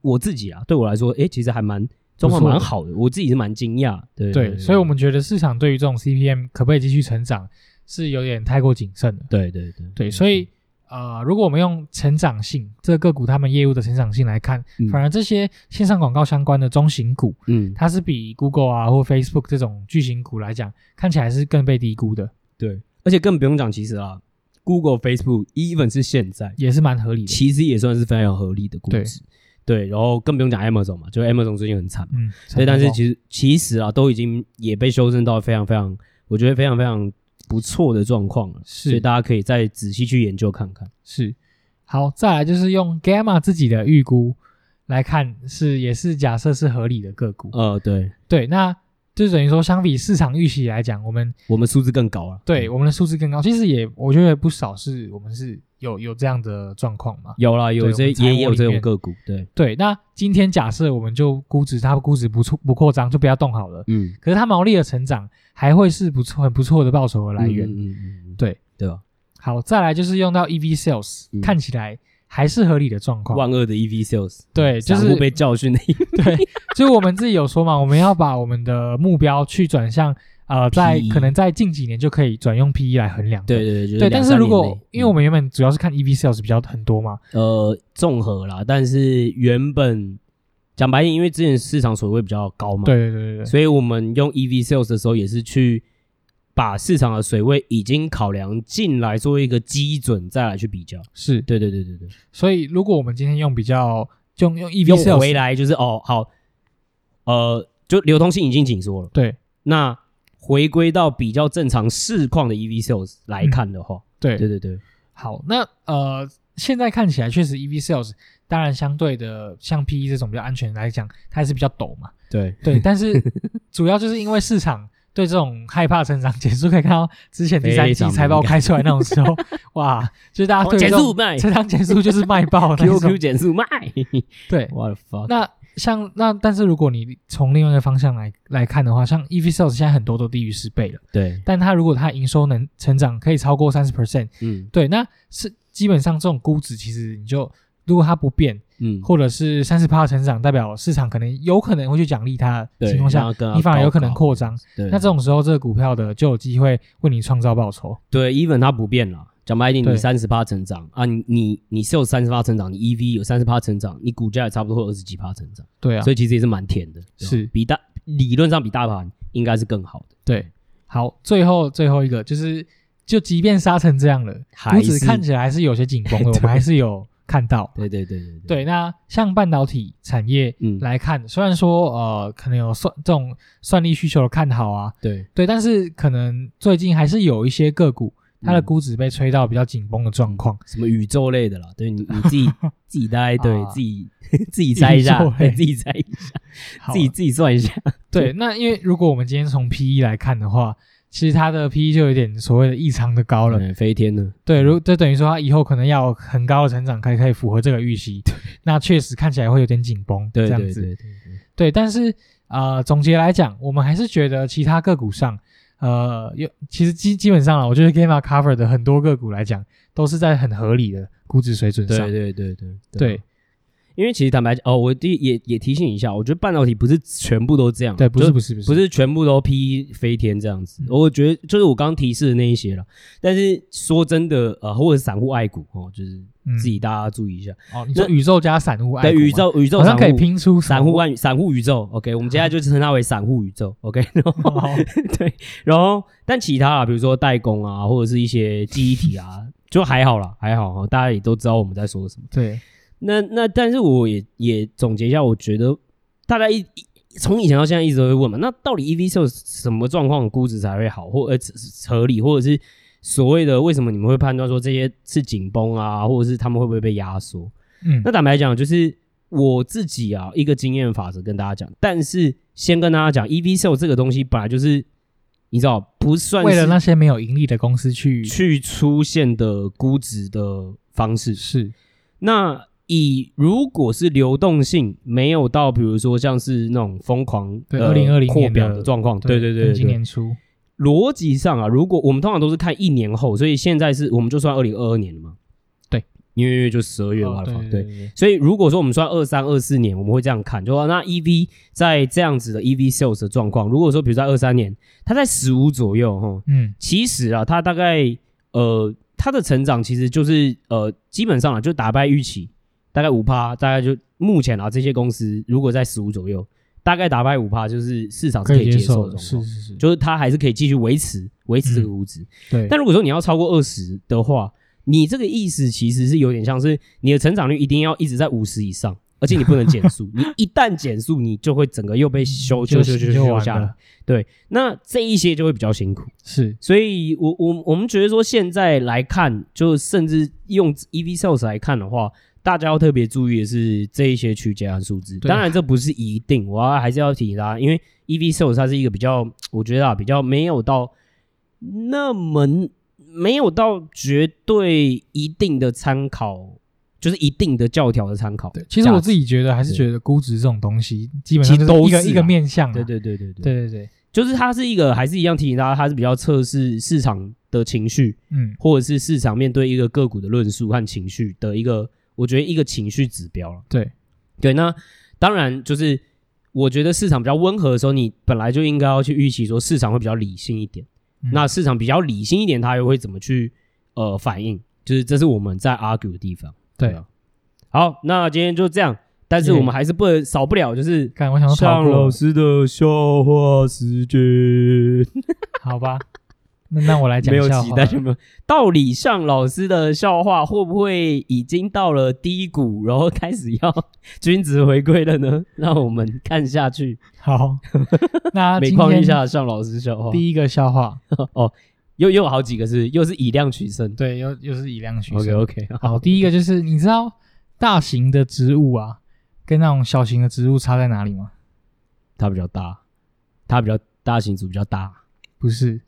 我自己啊，对我来说，诶，其实还蛮状况
不错
蛮好的，我自己是蛮惊讶。对
对，所以我们觉得市场对于这种 CPM 可不可以继续成长是有点太过谨慎了。
对对对
对，所以呃，如果我们用成长性这个个股他们业务的成长性来看，
嗯
反而这些线上广告相关的中型股，
嗯，
它是比 Google 啊或 Facebook 这种巨型股来讲，看起来是更被低估的，
对，而且更不用讲，其实啊，Google、Facebook even 是现在
也是蛮合理的。
其实也算是非常合理的估值。对，然后更不用讲 Amazon 嘛，就 Amazon 最近很惨嘛，
嗯，
所以但是
实
其实其实啊，都已经也被修正到非常非常，我觉得非常非常不错的状况了。
是
所以大家可以再仔细去研究看看。
是好，再来就是用 Gamma 自己的预估来看，是也是假设是合理的个股。
呃，对
对，那就等于说，相比市场预期来讲，我们
我们数字更高了。
对我们的数字更高。其实也我觉得不少是我们是有有这样的状况嘛。
有啦，有
对我
这
们财务
也有这
里
种
面
个股，对，
对，那今天假设我们就估值它估值不错不扩张，就不要动好了。
嗯，
可是它毛利的成长还会是不错很不错的报酬的来源。
嗯嗯嗯嗯
对
对吧？
好，再来就是用到 EV sales，、
嗯
看起来还是合理的状况。
万恶的 EV sales，
对，就
散户
是
被教训的
就是我们自己有说嘛，我们要把我们的目标去转向呃，在
PE
可能在近几年就可以转用 PE 来衡量的。
E 对对对，就
对，
两
但是
三
如
年
果
内嗯
因为我们原本主要是看 EV sales 比较很多嘛，
呃综合啦，但是原本讲白点，因为之前市场水位比较高嘛，，
对对对对对，
所以我们用 EV sales 的时候也是去把市场的水位已经考量进来，作为一个基准再来去比较。
是。
对对对对对，
所以如果我们今天用比较用用 EV
用
sales
回来就是哦好，呃，就流通性已经紧缩了，
对
那回归到比较正常市况的 EV sales 来看的话，
对
对对对，
好，那呃，现在看起来确实 EV sales 当然相对的像 PE 这种比较安全来讲，它还是比较陡嘛。
对
对，但是主要就是因为市场对这种害怕成长结束，可以看到之前第三
非
季
常
财报
敏感
开出来那种时 候，哇，就是大家对于
减
这种
速卖
成哦长结束就是卖爆的那种
，QQ。减速卖，
对，
我的 fuck，
那像那但是如果你从另外一个方向来来看的话，像 EV sales 现在很多都低于十倍了，
对，
但它如果它营收能成长可以超过三十 percent，
嗯
对，那是基本上这种估值其实你就如果它不变，
嗯，
或者是三十趴成长，代表市场可能有可能会去奖励它的
对
情况下
让它更，加
你反而有可能
高高
扩张。
呃对
那这种时候，这个股票的就有机会为你创造报酬。
对，even 它不变了。讲白一点，
对
你三十趴成长啊，你你你是有三十趴成长，你 EV 有三十趴成长，你股价也差不多二十几趴成长，
对啊
所，以其实也是蛮甜的，对吧
是
比大理论上比大盘应该是更好的。
对。好，最后最后一个就是就即便杀成这样了，
还
股指
是
看起来还是有些紧 绷的，我们还是有看到。
对对对对
对，那像半导体产业
嗯
来看，虽然说呃可能有算这种算力需求的看好啊，
对，
对，但是可能最近还是有一些个股它的
嗯
估值被吹到比较紧绷的状况。
什么宇宙类的啦，对你你自 己自己大概对
啊
自己自己猜一下
宇宙，类
对自己猜一下，
好啊
自己自己算一下，
对，
嗯
那因为如果我们今天从 P E 来看的话，其实它的 P E 就有点所谓的异常的高了。
嗯飞天呢，
对，如就等于说它以后可能要有很高的成长，才可以符合这个预期。那确实看起来会有点紧绷，
对
这
对
样子。
对对，
对，但是呃，总结来讲，我们还是觉得其他个股上，呃，有其实基基本上啊，我觉得 Gamma Cover 的很多个股来讲，都是在很合理的估值水准上。
对对对对
对
因为其实坦白讲，哦，我第也也提醒一下，我觉得半导体不是全部都这样，
对不
就是
不是不嗯是
不是全部都 P 飞天这样子。我觉得就是我刚刚提示的那一些了，但是说真的，呃，或者是散户爱股哦，就是
嗯
自己大家注意一下，
哦，你说宇宙加散户爱
对
股
宇
吗
宙宇宙
好
散
像
户
可以拼嗯出
散户万散户宇宙，OK，我们接下来就称它为散户宇宙，OK，然后
哦
对，然后但其他啊，比如说代工啊，或者是一些记忆体啊， 就还好啦，还好哦哈，大家也都知道我们在说什么。
对，
那那，但是我也也总结一下，我觉得大家一一从以前到现在一直都会问嘛，那到底 EV sales 什么状况估值才会好，或呃合理，或者是所谓的为什么你们会判断说这些是紧绷啊，或者是他们会不会被压缩？
嗯
那坦白讲，就是我自己啊一个经验法则跟大家讲，但是先跟大家讲，EV sales 这个东西本来就是你知道不算
为了
是
那些没有盈利的公司去
去出现的估值的方式，
是
那以如果是流动性没有到，比如说像是那种疯狂
对
呃
2020
扩
年
表
的
的状况，对对对
今
对，
年初
逻辑上啊，如果我们通常都是看一年后，所以现在是我们就算二零二二年了嘛，
对，
因为就十二月
哦
嘛，
对
对
对，对
所以如果说我们算二三、二四年，我们会这样看，就说那 EV 在这样子的 EV sales 的状况，如果说比如在二三年，它在十五左右，哈，
嗯
其实啊，它大概呃，它的成长其实就是呃，基本上啊，就打败预期，大概五趴，大概就目前啊，这些公司如果在十五左右，大概打败五趴，就是市场是
可
啊可以
以
接
接
受
受
的
的，
状
是嗯
况，
是是，
就是它还是可以继续维持维持这个估值。
对，
但如果说你要超过二十的话，你这个意思其实是有点像是你的成长率一定要一直在五十以上，而且你不能减 速，你一旦减速，你就会整个又被修修修修
就
修
完
下来
了。
对，那这一些就会比较辛苦。
是
所以我我我们觉得说现在来看，就甚至用 EV sales 来看的话，大家要特别注意的是这一些区间和数字。
对啊
当然这不是一定，我要还是要提醒大家，因为 EV sales 它是一个比较，我觉得啊比较没有到那么没有到绝对一定的参考，就是一定的教条的参考。
对。其实我
己
自己觉得还是
对
觉得估值这种东西，基本
其实
上就是
都
一个
是
一个
啊
面向啊，
对对对对对，
对对对，
就是它是一个还是一样提醒大家，它是比较测试市场的情绪。
嗯
或者是市场面对一个个股的论述和情绪的一个，我觉得一个情绪指标了。
对
对，那当然就是我觉得市场比较温和的时候，你本来就应该要去预期说市场会比较理性一点。
嗯
那市场比较理性一点，它又会怎么去呃反应？就是这是我们在 argue 的地方。
对
啊。好，那今天就这样，但是
耶
我们还是不能少不了就是
看我想说逃
向
过
老
了，
师的笑话时间。
好吧？那那我来讲
没有
笑
期
话
待
了
就没有。道理上，老师的笑话会不会已经到了低谷，然后开始要 均值回归了呢？让我们看下去，
好，那
每
今
况
天
愈下。上老师笑话，
第一个笑话，
又又有好几个是，又是以量取胜。
对，又又是以量取胜。
OK OK，
好，第一个就是你知道大型的植物啊，跟那种小型的植物差在哪里吗？
它比较大，它比较大型组比较大，
不是，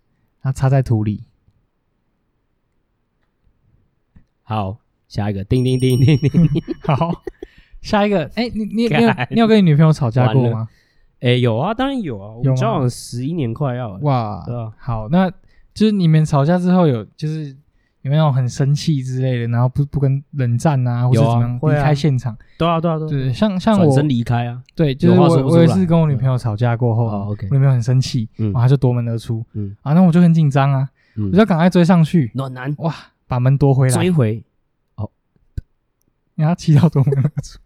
它插在 土里。
好。下一个，叮叮叮叮叮，
好，下一个，哎、你你你有
干
你有跟你女朋友吵架过
完
吗？
哎、有啊，当然有啊，我
有吗
们交往十一年快要了，
哇，
对啊，
好，那就是你们吵架之后有就是有没有很生气之类的，然后不不跟冷战啊，或者
有
怎
啊
么样
会
离
啊
开现场？
对啊，对啊，对啊，
对，像像
转
我
身离开啊，
对，就是
有话
我
说不出
我也
来嗯
是跟我女朋友吵架过后，
哦，OK
我女朋友很生气，
嗯
然后她就夺门而出，
嗯
啊，那我就很紧张啊，
嗯
我就赶快追上去，
暖男
哇，把门夺回
追
来，
回，
然后气到夺门 而出，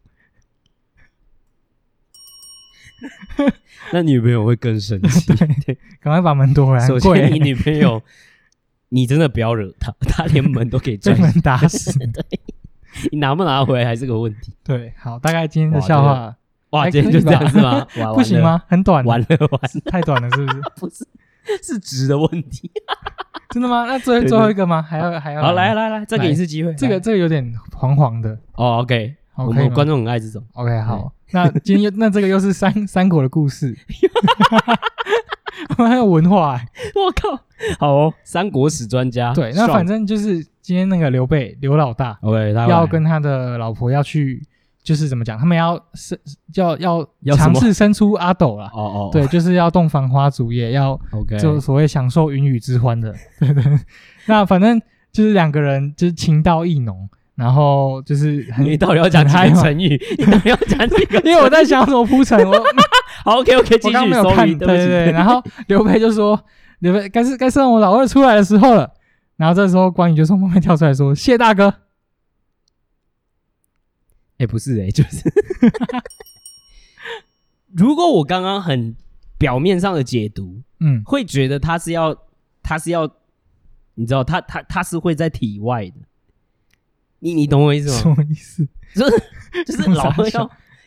那女朋友会更生气。
赶快把门夺回来，
首
很贵
先，
欸
你女朋友你真的不要惹 他，他连门都给
被
拽，
门打死。
你拿不拿回来还是个问题。
对，好，大概今天的笑话
哇，
还
今天
可
就这
以
样
吧
是 吗？哇
不行？吗？很短，
完了完了， 完了
太短了，是不是？
不是是值的问题。
真的吗？那最
对
最后一个吗？还要还要？
好，来，来来，再给你一次机会。
这个
来
这个有点黄黄的，
哦，OK，
好，
我
可以
们
吗
观众很爱这种。
OK，好，那今天又那这个又是 三三国的故事，我们还有文化欸、
我靠，好哦，三国史专家。
对，那
啊爽
反正就是今天那个刘备刘老大
OK，他
要
来
跟他的老婆要去，就是怎么讲，他们要生要要
要什么
尝试生出阿斗啦。
哦哦，
对，就是要洞房花烛夜，要
，OK，
就所谓享受云雨之欢的。 对对，那反正就是两个人就是情到意浓，然后就是很，
你到底要讲几
很嗨
个
吗
成语？你到底要讲几个成语？
因为我在想怎么铺陈， 我
好 OK OK，继
我
续
刚刚没有
，sorry，
看，
对不
对对
起，
对。然后刘备就说：“刘备该是该是让我老二出来的时候了。”然后这时候关羽就从旁边跳出来说：“谢大哥。
哎，不
欸
是哎，就是 如果我刚刚很表面上的解读，”
嗯，
会觉得他是要他是要，你知道他他他是会在体外的。你你懂我意思
什
吗？
么意思？
就是就是老二
傻笑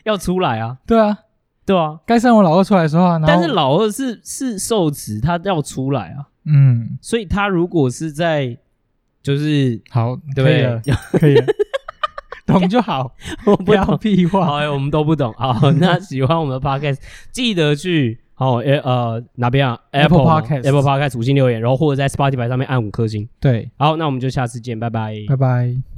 要要出来啊，
对啊，
对啊。
该是让我老二出来的时候啊。然后
但是老二是是受词，他要出来啊。
嗯，
所以他如果是在，就是
好，
对不
可以
对
了，？可以了，懂就好，
我
不
不
要
懂，
屁话。
好、 哎我们都不懂。 好，那喜欢我们的 podcast，记得去好、哎呃哪边啊
Apple
Apple 吗
Podcast
Apple podcast 五星留言，然后或者在 Spotify 上面按五颗星。
对，
好，那我们就下次见，拜拜
拜拜。